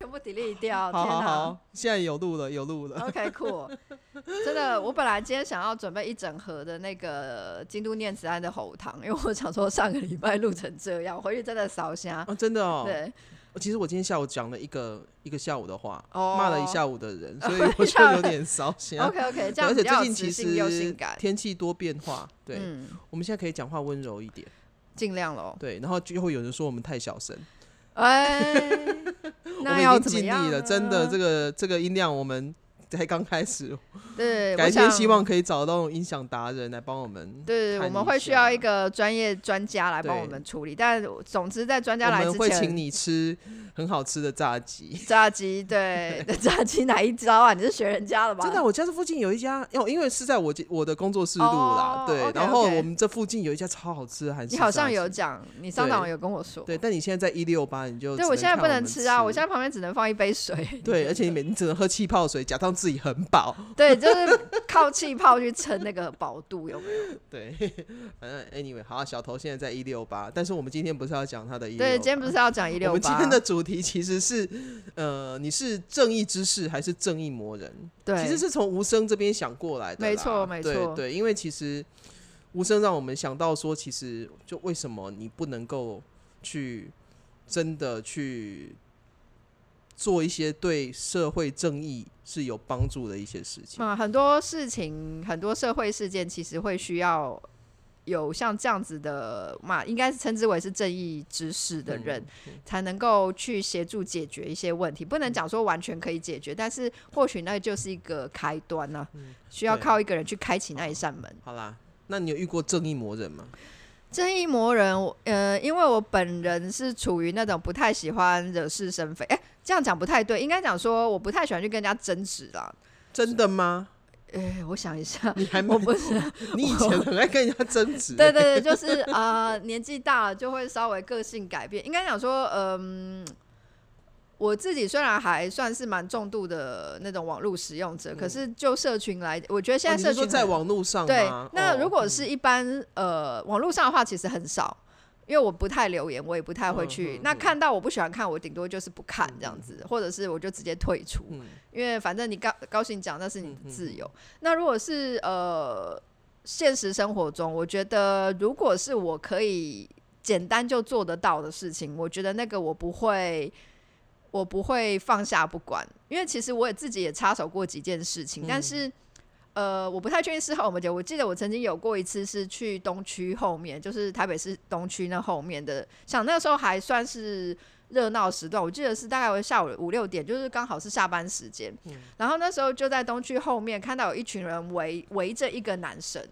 全部 delete 掉，天
好好
哪 哦
好，现在有录了，有录了。
！OK，酷，真的，我本来今天想要准备一整盒的那个京都念慈庵的喉糖，因为我想说上个礼拜录成这样，我回去真的烧香。
啊，真的 哦。
对，
其实我今天下午讲了一个一个下午的话，
哦
骂了一下午的人， 所以
一
我就
下午
有点烧心。
，OK OK，这
而
样
且
比较
最
有
近
磁
其
性又性
实
感，
天气多变化，对，
嗯，
我们现在可以讲话温柔一点，
尽量喽。
对，然后就会有人说我们太小声，
哎，
我
那
们
要
已
怎
经
么
尽
样
力了，
呢？
真的，这个这个音量我们才刚开始，
对，
改
我
天
想
希望可以找到那种音响达人来帮我们，
对，
看
我们
一
会需
下
要一个专业专家来帮我
对
们处理。但总之，在专
我
家来之
们
前，
会请你吃很好吃的炸鸡。
炸鸡， 对，炸鸡哪一招啊？你是学人家的吧？
真的，我家这附近有一家，哦因为因为是在我家我的工作室录
哦，
啦对。
OK，OK
然后我们这附近有一家超好吃的韩式炸鸡，
你好像有讲，你上
对
档有跟我说。
对，但你现在在一六八，你就
对，
只
我现在
看
不能
吃
吃啊，我现在旁边只能放一杯水。
对，而且你每你只能喝气泡水，假装自己很饱，
对，就是靠气泡去撑那个饱度，有没有？
对。 反正 anyway，好啊，小头现在在一六八，但是我们今天不是要讲他的一六，
对，今天不是。要讲一
啊我
六
们今
八
天，的主题其实是，呃，你是正义之士还是正义魔人？
对，
其实是从无声这边想过来的啦，
没错没
对
错
对，因为其实无声让我们想到说，其实就为什么你不能够去真的去做一些对社会正义是有帮助的一些事情。
嗯，很多事情，很多社会事件，其实会需要有像这样子的嘛，应该是称之为是正义之士
嗯
的人，才能够去协助解决一些问题。不能
嗯
讲说完全可以解决，但是或许那就是一个开端呢、需要
嗯对
靠一个人去开启那一扇门。
好啦，那你有遇过正义魔人吗？
正义魔人，我呃，因为我本人是处于那种不太喜欢惹是生非，哎、这样讲不太对，应该讲说我不太喜欢去跟人家争执啦。
真的吗？
哎、我想一下，
你还
我
没，
不是。
你以前很爱跟人家争 执、
对对对，就是啊、呃年纪大了就会稍微个性改变。应该讲说，嗯、我自己虽然还算是蛮重度的那种网络使用者，可是就社群来，我觉得现
嗯哦
在
你
社
是
群
说
很、
在网络上
对
吗，
那
哦
如果是一般呃网络上的话，其实很少。因为我不太留言，我也不太会去。
嗯嗯
那
嗯
看到我不喜欢看，我顶多就是不看这样子，或者是我就直接退出。
嗯
因为反正你高高兴讲那是你的自由。那如果是呃现实生活中，我觉得如果是我可以简单就做得到的事情，我觉得那个我不会。我不会放下不管，因为其实我也自己也插手过几件事情，
嗯
但是呃，我不太确定事后我们讲，我记得我曾经有过一次是去东区后面，就是台北市东区那后面的，想那个时候还算是热闹时段，我记得是大概我下午五六点，就是刚好是下班时间。
嗯
然后那时候就在东区后面看到有一群人围围着一个男生。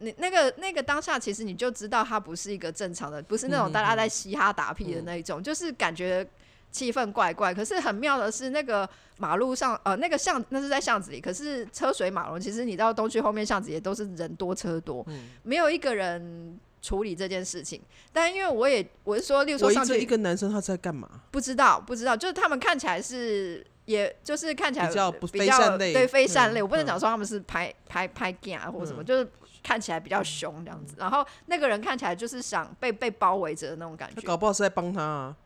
你那个那个当下，其实你就知道他不是一个正常的，不是
嗯
那种大家在嘻哈打屁的那一种，就是感觉气氛怪怪。可是很妙的是，那个马路上呃那个巷那是在巷子里，可是车水马龙。其实你到东区后面巷子也都是人多车多，
嗯
没有一个人处理这件事情。但因为我也我是说，例如说
围
上
着
去
一个男生他在干嘛？
不知道，不知道，就是他们看起来是，也就是看起来
比较不
比
非
较
善类
对非善类。
嗯
我不能
嗯
讲说他们是拍拍拍 gay 啊或什么，
嗯
就是看起来比较凶这样子。然后那个人看起来就是想被被包围着的那种感
他
觉，
搞不好是在帮他啊。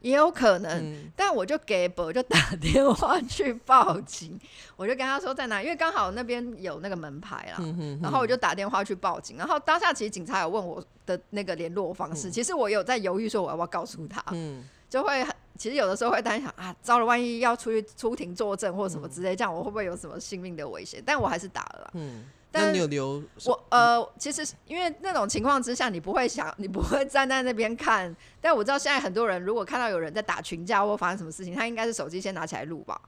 也有可能。
嗯，
但我就给伯就打电话去 报警，我就跟他说在哪，因为刚好那边有那个门牌
嗯
啦。然后我就打电话去报警，然后当下其实警察有问我的那个联络方式，其实我有在犹豫说我要不要告诉他，
嗯，
就会很其实有的时候会担心啊，糟了，万一要出去出庭作证或什么之类，这样我会不会有什么性命的危险？但我还是打了啦。
嗯，那
但
你有嗯留？
我呃，其实因为那种情况之下，你不会想，你不会站在那边看。但我知道现在很多人，如果看到有人在打群架或发生什么事情，他应该是手机先拿起来录吧，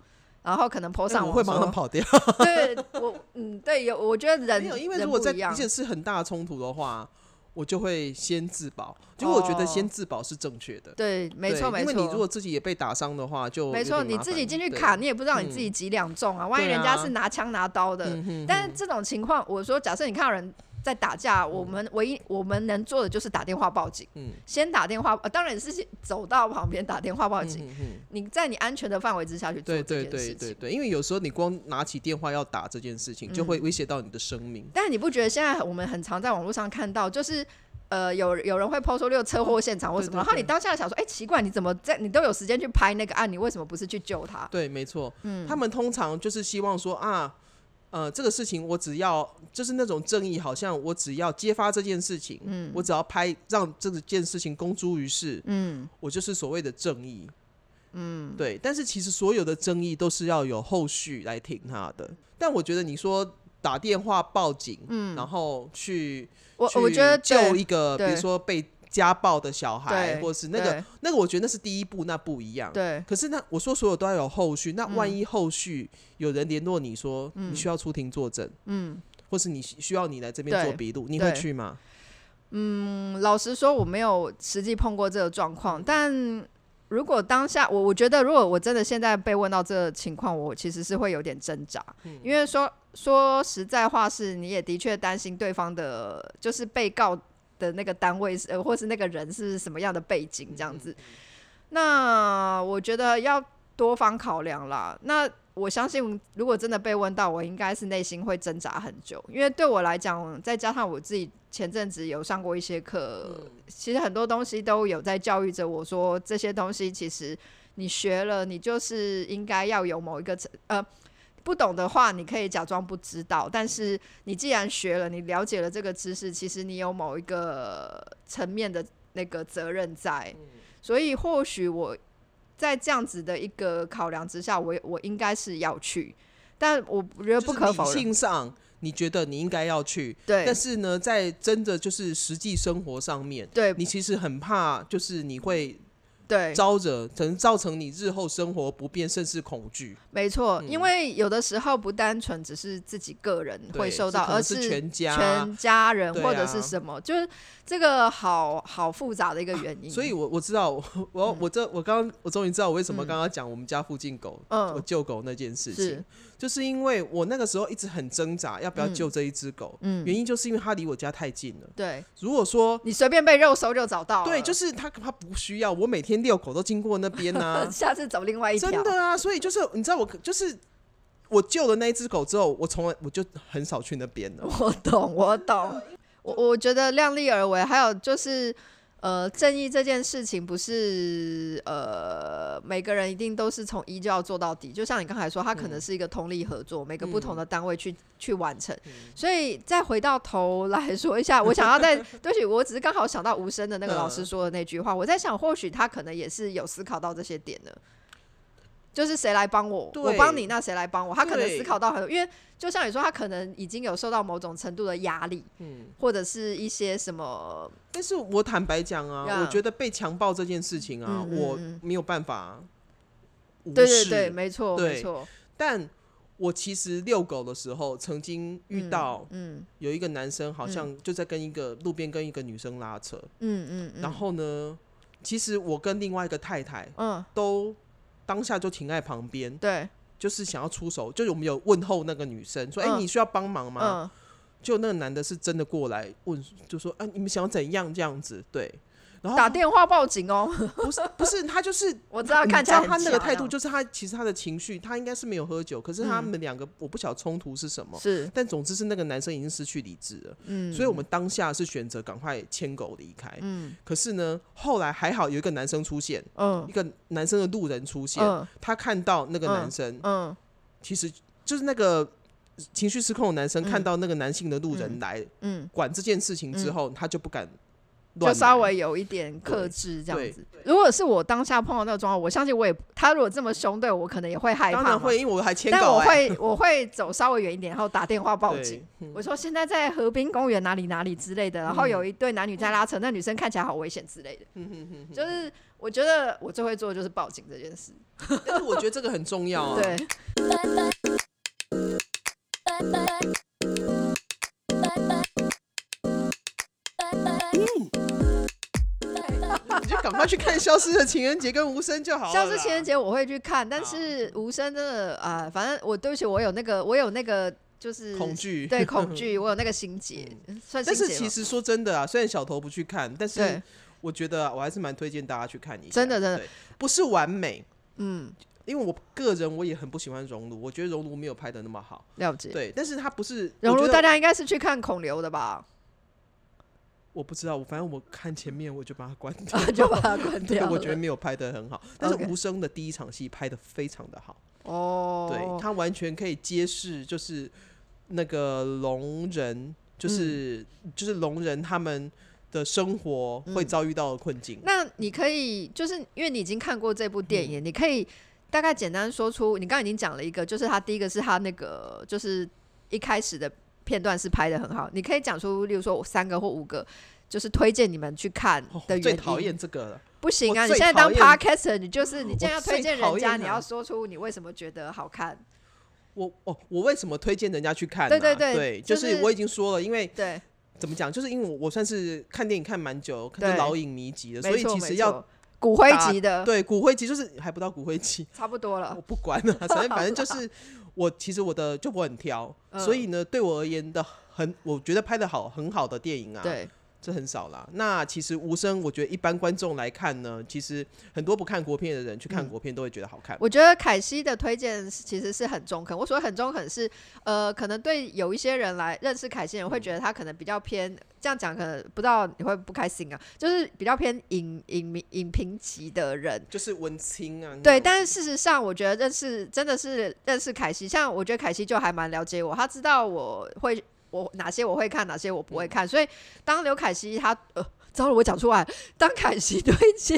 然后可能 PO 上
哦我
网
会马上
说。
跑掉。
对，我嗯，对，有，我觉得人
没有，因为
人
如果
不
在
一样
而且是很大的冲突的话，我就会先自保。就我觉得
哦
先自保是正确的。
对，没
对
错没
因
错。
为你如果自己也被打伤的话，就
没
有
错，
点
你
麻
自己
烦
进去
对嗯
砍，你也不知道你自己几两重啊，万一
对
人家
啊嗯
是拿枪拿刀的。但是这种情况，我说假设你看到人在打架，我们唯一我们能做的就是打电话报警。
嗯
先打电话，呃、当然是先走到旁边打电话报警。
嗯嗯
你在你安全的范围之下去做
对
这
对
件事情。
对
嗯
对对，因为有时候你光拿起电话要打这件事情，就会威胁到你的生命。
但你不觉得现在我们很常在网络上看到，就是呃有有人会抛出六车祸现场或什么，
对对
然后你
对
当下想说，哎、奇怪，你怎么在你都有时间去拍那个案，你为什么不是去救他？
对，没错，
嗯
他们通常就是希望说啊，呃，这个事情我只要就是那种正义，好像我只要揭发这件事情，嗯，我只要拍让这件事情公诸于世，
嗯，
我就是所谓的正义，嗯，对。但是其实所有的正义都是要有后续来挺他的。但我觉得你说打电话报警，嗯，然后去
我
去
我觉得
救
对
一个，比如
对
说被家暴的小孩，
对
或是那个
对
那个，我觉得那是第一步，那不一样。
对
可是那我说所有都要有后续，
嗯
那万一后续有人联络你说、你需要出庭作证，嗯，或是你需需要你来这边
对
做笔录，你会
对
去吗？
嗯老实说，我没有实际碰过这个状况，但如果当下我我觉得，如果我真的现在被问到这个情况，我其实是会有点挣扎，因为说说实在话是，你也的确担心对方的，就是被告的那个单位是，呃，或是那个人是什么样的背景这样子。那我觉得要多方考量啦。那我相信，如果真的被问到，我应该是内心会挣扎很久，因为对我来讲，再加上我自己前阵子有上过一些课，其实很多东西都有在教育着我说，这些东西其实你学了，你就是应该要有某一个程呃。不懂的话，你可以假装不知道。但是你既然学了，你了解了这个知识，其实你有某一个层面的那个责任在。
嗯
所以或许我在这样子的一个考量之下，我我应该是要去，但我觉得呃不可否
就是理
认，
性上你觉得你应该要去，但
对
是呢，在真的就是实际生活上面，
对
你其实很怕，就是你会
对，
招惹，可能造成你日后生活不便，甚至恐惧。
没
嗯
错，因为有的时候不单纯只是自己个人
对
会受到，
这可能
而
是
是
全家
全家人
对啊啊
或者是什么，就是这个好好复杂的一个原因。
所以我我知道，我
嗯
我我这我刚我终于知道我为什么刚刚讲我们家附近狗，
嗯
我救狗那件事情
是，
就是因为我那个时候一直很挣扎要不要救这一只狗，
嗯
原因就是因为它离我家太近了。
对
如果说
你随便被肉搜就找到了，
对，就是它它不需要，我每天遛狗都经过那边呐、
下次走另外一条。
真的啊，所以就是你知道我就是我救了那一只狗之后，我从来我就很少去那边了。
我懂，我懂。我我觉得量力而为，还有就是，呃，正义这件事情不是呃每个人一定都是从一就要做到底。就像你刚才说，它
嗯
可能是一个通力合作，每个不同的单位去、去完成。
嗯
所以再回到头来说一下，我 想要再对不起，我只是刚好想到无声的那个老师
嗯
说的那句话，我在想，或许他可能也是有思考到这些点的。就是谁来帮我，
对
我帮你，那谁来帮我？他可能
对
思考到很多，因为就像你说，他可能已经有受到某种程度的压力，
嗯，
或者是一些什么，
但是我坦白讲
呀
啊，我觉得被强暴这件事情啊，
嗯嗯
我
嗯
没有办法无
对对
视
对，没错
对
没错，
但我其实遛狗的时候，曾经遇到
嗯
有一个男生，好像就在跟一个路边跟一个女生拉扯，
嗯嗯嗯，
然后呢，其实我跟另外一个太太
嗯
都当下就停在旁边，
对，
就是想要出手，就是我们有问候那个女生说：“哎、
嗯
你需要帮忙吗？”
嗯
就那个男的是真的过来问，就说：“啊，你们想要怎样这样子？”对，然后
打电话报警哦，
不是不是他就是
我知道
你
看
知
起来
道
很
他那个
强
态度，
啊
就是他其实他的情绪，他应该是没有喝酒，可是他
嗯
们两个我不晓得冲突是什么，
是
但总之是那个男生已经失去理智了，
嗯，
所以我们当下是选择赶快牵狗离开。
嗯
可是呢，后来还好有一个男生出现，
嗯
一个男生的路人出现，
嗯
他看到那个男生，
嗯
其实就是那个情绪失控的男生
嗯
看到那个男性的路人来
嗯，
管这件事情之后，他就不敢
就
乱来，
稍微有一点克
对
制这
对
样子。如果是我当下碰到那个状况，我相信我也他如果这么凶对我，可能也会害怕
当
嘛，
然会，因为我还牵
但
狗、
我
哎，
会我会走稍微远一点，然后打电话报
对
警。我说现在在河滨公园哪里哪里之类的，然后有一对男女在拉扯，那女生看起来好危险之类
嗯
的。就是我觉得我最会做的就是报警这件事。
但是我觉得这个很重要啊。
对，
嗯你就赶快去看《消失的情人节》跟《无声》就好了。
像是情人
节，
节我会去看，
啊
但是无声真的啊、反正我对不起，我有那个我有那个就是
恐，惧 嗯
对恐。惧，我有那个心结，嗯算心结
但是
吗
其实说真的啊，虽然小头不去看，但是
对，
我觉得我还是蛮推荐大家去看一下。
真的真的
对，不是完美，
嗯，
因为我个人我也很不喜欢《熔炉》，我觉得《熔炉》没有拍的那么好。
了解。
对，但是它不是
然
我
后
觉得
大家应该是去看孔刘的 吧，
我不知道，我反正我看前面我就把它 关掉
啊，就把它关
对，
掉了。
我觉得没有拍的很好，但是
OK
无声的第一场戏拍的非常的好，
哦，
对，它完全可以揭示就是那个聋人，
嗯
就是、就是聋人他们的生活
嗯
会遭遇到的困境。
那你可以，就是因为你已经看过这部电影，你可以大概简单说出，你刚刚已经讲了一个，就是他第一个是他那个，就是一开始的片段是拍的很好，你可以讲出，例如说三个或五个。就是推荐你们去看
哦
的
我
原
最
因，
讨厌这个了，
不行啊！
我
你
最
现在当
讨厌
podcaster，你就是你既然要推荐
我
人
最讨
家，
厌
你
啊
要说出你为什么觉得好看。
我哦，我为什么推荐人家去看、啊？
对对对就
就是我已经说了，因为
对，
怎么讲，就是因为我我算是看电影看蛮久，看
对
到老影迷集的，所
没
以
错
其
没
实要
错，骨灰
打
级的
对骨灰级就是还不到骨灰级，
差不多了
我。不管了、反正反正就是我其实我的就我很挑，
嗯
所以呢，对我而言的很，我觉得拍的好很好的电影啊，，
对，
这很少啦。那其实无声，我觉得一般观众来看呢，其实很多不看国片的人去看国片都会觉得好看。
嗯我觉得凯西的推荐是其实是很中肯。我所谓很中肯是，呃，可能对有一些人来认识凯西人会觉得他可能比较偏，这样讲可能不知道你会不开心啊，就是比较偏影影迷影评级的人。
就是文青啊，
对，
那种
但是事实上，我觉得认识真的是认识凯西，像我觉得凯西就还蛮了解我，他知道我会我哪些我会看，哪些我不会看，所以当刘凯西他呃。糟了，我讲出来。当凯西推荐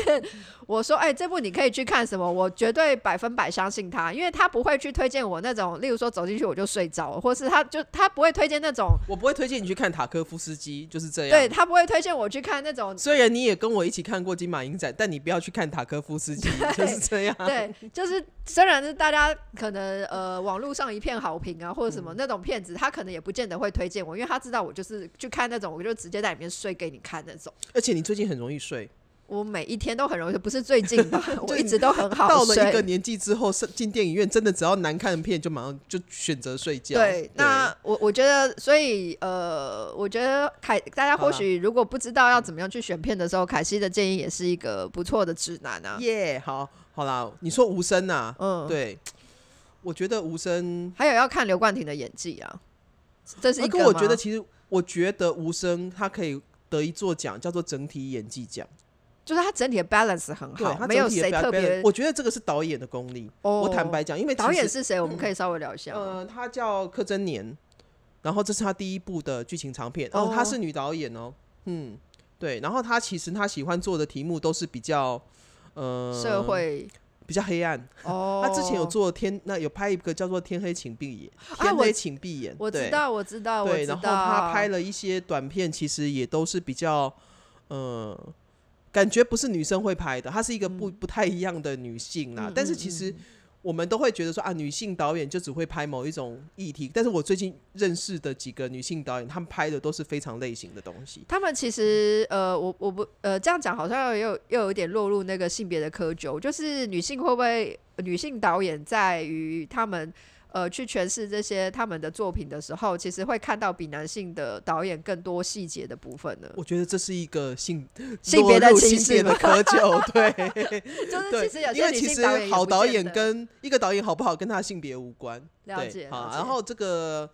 我说：“哎、这部你可以去看什么？”我绝对百分百相信他，因为他不会去推荐我那种，例如说走进去我就睡着了，或是他就他不会推荐那种，
我不会推荐你去看塔科夫斯基，就是这样。
对，他不会推荐我去看那种
虽然你也跟我一起看过《金马影展》，但你不要去看塔科夫斯基，就是这 样。
对，就是虽然是大家可能呃网络上一片好评啊，或者什
嗯
么那种骗子，他可能也不见得会推荐我，因为他知道我就是去看那种，我就直接在里面睡给你看那种。
而且你最近很容易睡，
我每一天都很容易，不是最近 吧？我
对
一直都很好
到了
睡。
一个年纪之后，是进电影院真的只要难看的片就马上就选择睡觉。
对，那我我觉得，所以呃，我觉得凯大家
好
或
啦
许如果不知道要怎么样去选片的时候，凯西的建议也是一个不错的指南啊。
耶好好啦，你说无声呐、
嗯，
对，我觉得无声，
还有要看刘冠廷的演技啊，这是一
而
个
跟
吗。
啊我觉得其实我觉得无声他可以得一座奖，叫做整体演技奖。
就是他整体的 balance 很
对，
好，
他
没有
整体的
谁
表
特
表演
别。
我觉得这个是导演的功力。
哦
我坦白讲，因为其
导演
实嗯
是谁，我们可以稍微聊一下吗。
呃，她叫柯贞年，然后这是她第一部的剧情长片，
哦
哦，她是女导演哦，嗯，对，然后她其实她喜欢做的题目都是比较呃
社会
比较黑暗。
哦，
他之前有做天，那有拍一个叫做《天黑请闭眼》，
啊
天
我
黑请闭眼，
我
对
知道，我知道，啊我
对，
知道。
然后他拍了一些短片，其实也都是比较，呃，感觉不是女生会拍的，她是一个不、不太一样的女性啦。
嗯
但是
嗯
其
嗯
实我们都会觉得说啊，女性导演就只会拍某一种议题。但是我最近认识的几个女性导演，她们拍的都是非常类型的东西。
他们其实呃，我我不呃这样讲好像又有又有一点落入那个性别的窠臼，就是女性会不会女性导演在于他们。呃，去诠释这些他们的作品的时候，其实会看到比男性的导演更多细节的部分呢。
我觉得这是一个性
呃 性别的
落入
歧
性别
视
的
吗？
窠 臼，对
就是
对
其实有，
因
些
为
女
其
性
实
导演也
好
不
导
见
演
得
跟一个导演好不好，跟他的性别无关。
了
对，
解
好
了，解
然后这个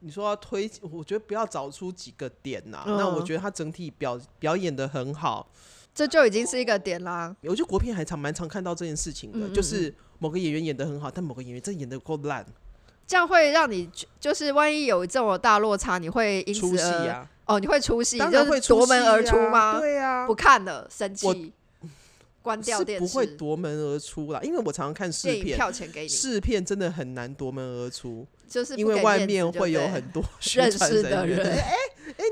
你说要推，我觉得不要找出几个点呐、
嗯
那我觉得他整体表表演的很好，
这就已经是一个点啦。
我觉得国片还常蛮常看到这件事情
嗯
的，
嗯
就是某个演员演的很好，但某个演员真的演的够烂，
这样会让你觉就是万一有这么大落差，你会因
出
此
戏
而、
啊，
哦，你会出戏，
当
就
然
是
会
夺门而
戏
出
啊
吗？
对啊，
不看了，生
我
气，关掉
是
电视，
不会夺门而出啦，因为我常常看试
电影
片。
票钱给你，
试片真的很难夺门而出，
就是不
因为
给
外
面子
面
就
会有
对
很多宣
认
传
识的
员
人。
哎、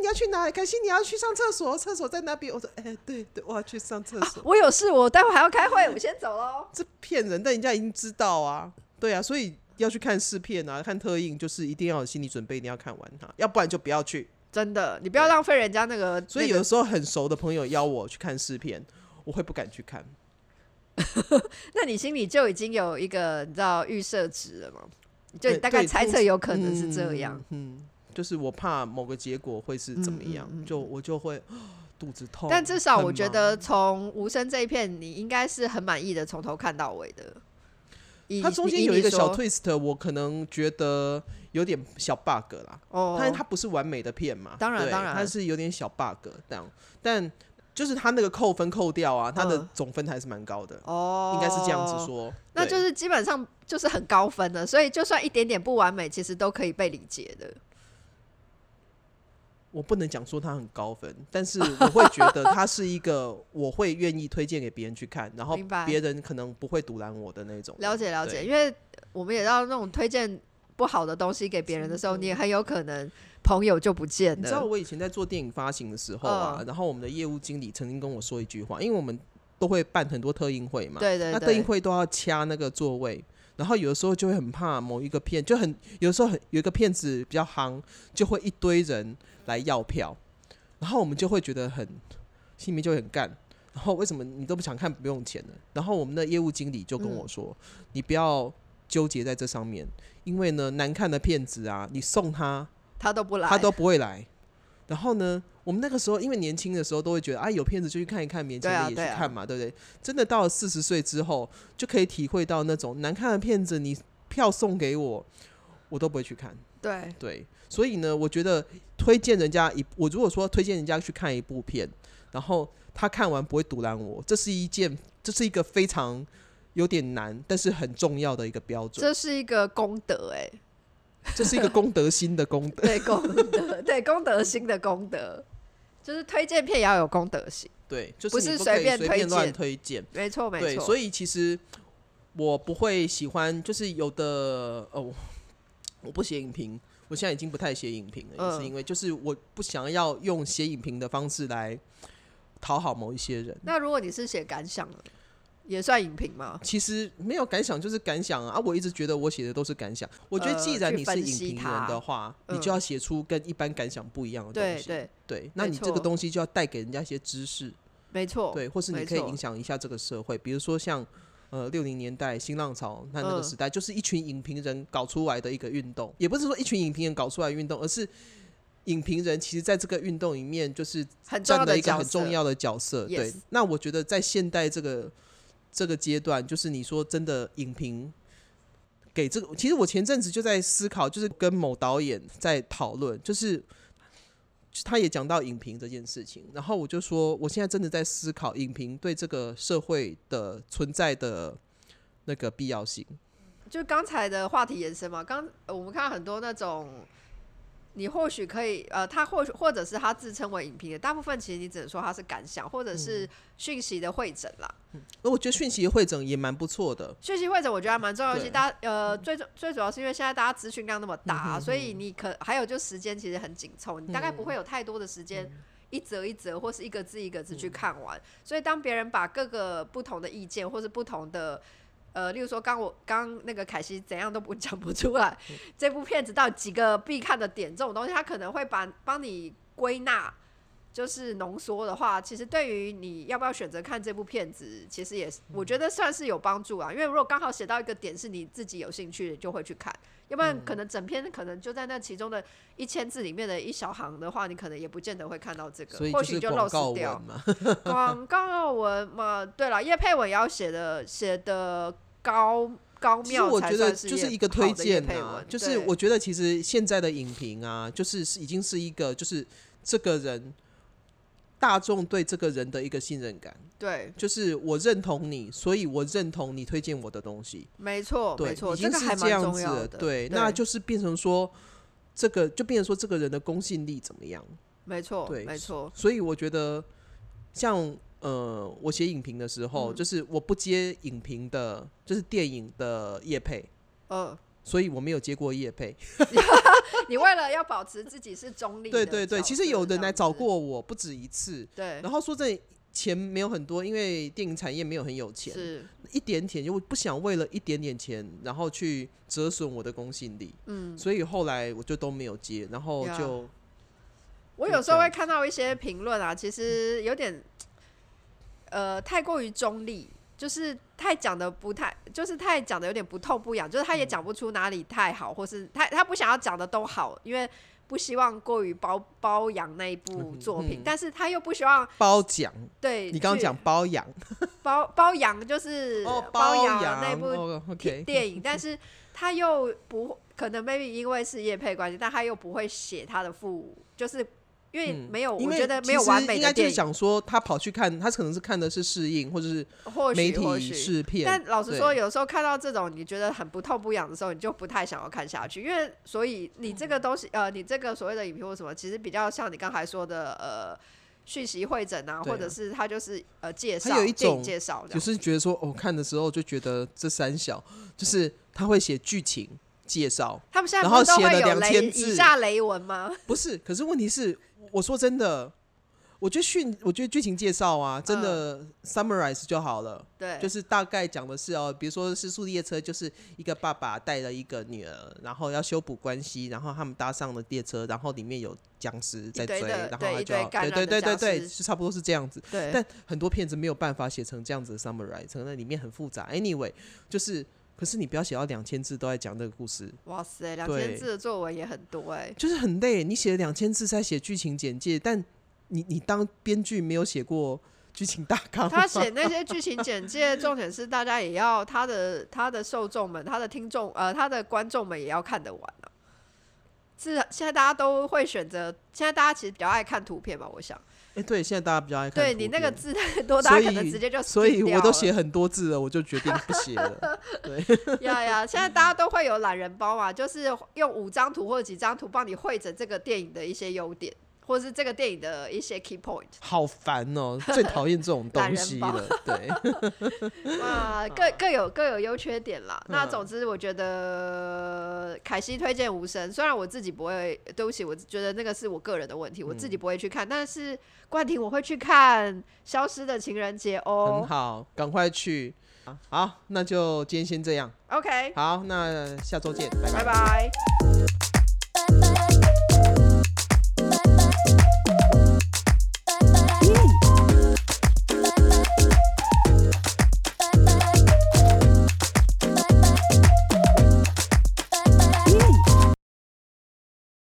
你要去哪里？可惜你要去上厕所，厕所在那边。我说，哎、对对，我要去上厕所。
我有事，我待会还要开会，我先走喽。
这骗人，但人家已经知道啊，对啊，所以要去看试片啊，看特映，就是一定要有心理准备，一定要看完它，要不然就不要去。
真的，你不要浪费人家那个。
所以
那
有
个
的时候很熟的朋友邀我去看试片，我会不敢去看。
那你心里就已经有一个你知道预设值了嘛？你就
对
大概
对
猜
通
测有可
嗯
能是这样。
嗯，就是我怕某个结果会是怎么样，
嗯嗯嗯
就我就会 肚子痛。
但至少
哦很
我觉
忙
得从《无声》这一片，你应该是很满意的，从头看到尾的。以
它中
以
间
你
有一个小
说
twist，我可能觉得有点小 bug 啦。
哦，
但是它不是完美的片嘛，
当然
对
当然
它是有点小 bug 这样，但就是它那个扣分扣掉啊，它的
嗯
总分还是蛮高的，
哦，
应该是这样子说。
那
对
就是基本上就是很高分的，所以就算一点点不完美，其实都可以被理解的。
我不能讲说它很高分，但是我会觉得它是一 个我会愿意推荐给别人去看，然后
明白
别人可能不会阻拦我的那种。
了解了解，
对
因为我们也知道那种推荐不好的东西给别人的时候，你也很有可能朋友就不见
你知道
了。
我以前在做电影发行的时候
嗯
啊，然后我们的业务经理曾经跟我说一句话，因为我们都会办很多特映会嘛，
对对
那特映
对，
会都要掐那个座位，然后有的时候就会很怕某一个片，就很有时候很有一个片子比较夯，就会一堆人来要票，然后我们就会觉得很心里面就会很干。然后为什么你都不想看不用钱呢？然后我们的业务经理就跟我说：“你不要纠结在这上面，因为呢难看的片子啊，你送他
他都不来，
他都不会来。然后呢，我们那个时候因为年轻的时候都会觉得啊，有片子就去看一看，年轻
对啊
的也去
对啊
看嘛，对不对？真的到了四十岁之后，就可以体会到那种难看的片子，你票送给我，我都不会去看。
对
对，所以呢，我觉得推荐人家一，我如果说推荐人家去看一部片，然后他看完不会阻拦我，这是一件，这是一个非常有点难，但是很重要的一个标准，
这是一个功德哎、
这是一个公德心的公德。
对功德， 对功德心的功德，就是推荐片也要有功德心，
对，就
不
是
是
你不
随
可以
便
随
推
便乱
荐
推荐。
没错没
对，
错。
所
以
以其实我不会喜欢，就是有的哦，我不写影评，我现在已经不太写影评了，也是
嗯
因为就是我不想要用写影评的方式来讨好某一些人。
那如果你是写感想的，也算影评吗？
其实没有感想就是感想啊！啊，我一直觉得我写的都是感想。我觉得
呃
既然
去
你是
分
影
析
评人
它
的话，你就
嗯
要写出跟一般感想不一样的东
对
西。
对，
对，那
没
你这个
错
东西就要带给人家一些知识。
没错。
对，或是你
没
可以
错
影响一下这个社会，比如说像呃六零年代新浪潮，那那个
嗯
时代、就是一群影评人搞出来的一个运动，也不是说一群影评人搞出来的运动，而是影评人其实在这个运动里面就是
很重要
占了
的
一个
角
很
色，
重要的角色。对
Yes，
那我觉得在现代这个这个阶段，就是你说真的影评。给这个，其实我前阵子就在思考，就是跟某导演在讨论，就是他也讲到影评这件事情，然后我就说，我现在真的在思考影评对这个社会的存在的那个必要性。
就刚才的话题延伸嘛，刚呃我们看到很多那种你或许可以，呃，他或许或者是他自称为影评的，大部分其实你只能说他是感想或者
嗯
是讯息的会诊啦。
那我觉得讯息会诊也蛮不错的，
讯息会诊我觉得还蛮重要，尤其
对
大家呃最重最主要是因为现在大家资讯量那么大、啊
嗯
所以你可还有就时间其实很紧凑，你大概不会有太多的时间。
嗯
一则一则，或是一个字一个字去看完，所以当别人把各个不同的意见，或是不同的，呃，例如说刚我刚那个凯西怎样都不 讲不出来，
嗯
这部片子到底几个必看的点这种东西，他可能会把帮你归纳，就是浓缩的话，其实对于你要不要选择看这部片子，其实也是我
嗯
觉得算是有帮助啊。因为如果刚好写到一个点是你自己有兴趣的，就会去看；要不然可
嗯
能整篇可能就在那其中的一千字里面的一小行的话，你可能也不见得会看到这个
所，以
或许
是
就
广
lost
告
掉
文。嘛。
广告文嘛，对了，叶佩文也要写的写的高高
其实
妙
我
才
觉得
算
就
叶
是一个
好
推
的叶
荐
佩
啊
文，
就是
对
我觉得其实现在的影评啊，就是是已经是一个就是这个人大众对这个人的一个信任感，
对，
就是我认同你，所以我认同你推荐我的东西，
没错
对，
哦没错，
已经
个还
是这
蛮
样
重
子
要
了，
的，
对，那就是变成说这个就变成说这个人的公信力怎么样，
没错，
对
没错，
所以我觉得像呃，我写影评的时
嗯
候，就是我不接影评的，就是电影的业配。
嗯。
所以我没有接过业配，
你为了要保持自己是中立的角
对
色，
对对，其实有人来
这样
找
子，
过我不止一次，
对，
然后说这钱没有很多，因为电影产业没有很有钱，
是，
一点点，因为我不想为了一点点钱，然后去折损我的公信力，
嗯，
所以后来我就都没有接，然后
呀
就
我有时候会看到一些评论啊，其实有点，呃，太过于中立，就是太讲的不太，就是太讲的有点不痛不痒，就是他也
嗯
讲不出哪里太好，或是他他不想要讲的都好，因为不希望过于包包养那一部作品，
嗯
但是他又不希望
包奖。
对
你刚刚
去
讲哦包养
包包养就是
包
养
养
那部
哦，OK，
电影，但是他又不可能 maybe 因为是业配关系，但他又不会写他的父，就是因为
嗯
没有，
因
我
为
觉得
其
没有
实
完美
应
的
该就是
电影，
想说他跑去看，他可能是看的是试映或者是
或
媒
许或
体
许。
试片，
但老实说，
对
有时候看到这种你觉得很不痛不痒的时候，你就不太想要看下去，因为所以你这
嗯
个东西，呃，你这个所谓的影评或什么，其实比较像你刚才说的，呃，讯息会诊啊，
对啊
或者是他就是呃介绍
还有一
电影
种
介绍这
就
样，
是觉得说，哦，看的时候就觉得这三小就是他会写剧情介绍，
他们现在
然
不
后
是都
写了
会有
两千
雷
字
以下雷文吗？
不是？可是问题是，我说真的，我觉得讯，我觉得剧情介绍啊，真的 summarize 就好了，
嗯对，
就是大概讲的是哦，比如说《失速列车》，就是一个爸爸带了一个女儿，然后要修补关系，然后他们搭上了列车，然后里面有僵尸在
一堆
追，
的
然后
对
他
一
就
堆
要
感
对
染的
对对对
僵
对，
尸
就差不多是这样子。
对，
但很多片子没有办法写成这样子的 summary，可能里面很复杂。Anyway，就是，可是你不要写到两千字都在讲这个故事，
哇塞，两
对
千字的作文也很多 哎、
就是很累。你写了两千字在写剧情简介，但你你当编剧没有写过剧情大纲吗，
他 写那些剧情简介，重点是大家也要他的他的受众们、他的听众呃、他的观众们也要看得完啊。是现在大家都会选择，现在大家其实比较爱看图片吧，我想。
哎、对，现在大家比较爱看
对
图
你那个
片。
字太多，大
所
家可能
以
直接就
所以
skip
我都
掉
写很多字了，我就决定不写 了。
了呀呀！现在大家都会有懒人包嘛，就是用五张图或者几张图帮你汇整这个电影的一些优点，或是这个电影的一些 key point。
好烦哦、最讨厌这种
懒
东
人
西
包
了。对，
啊，
嗯
各各有各有优缺点啦。那总之，我觉得凯西推荐无声，虽然我自己不会，对不起，我觉得那个是我个人的问题，我
嗯
自己不会去看。但是冠廷我会去看《消失的情人节》
很
哦。
好，赶快去。好，那就今天先这样。
OK，
好，那下周见，拜
拜。
拜
拜。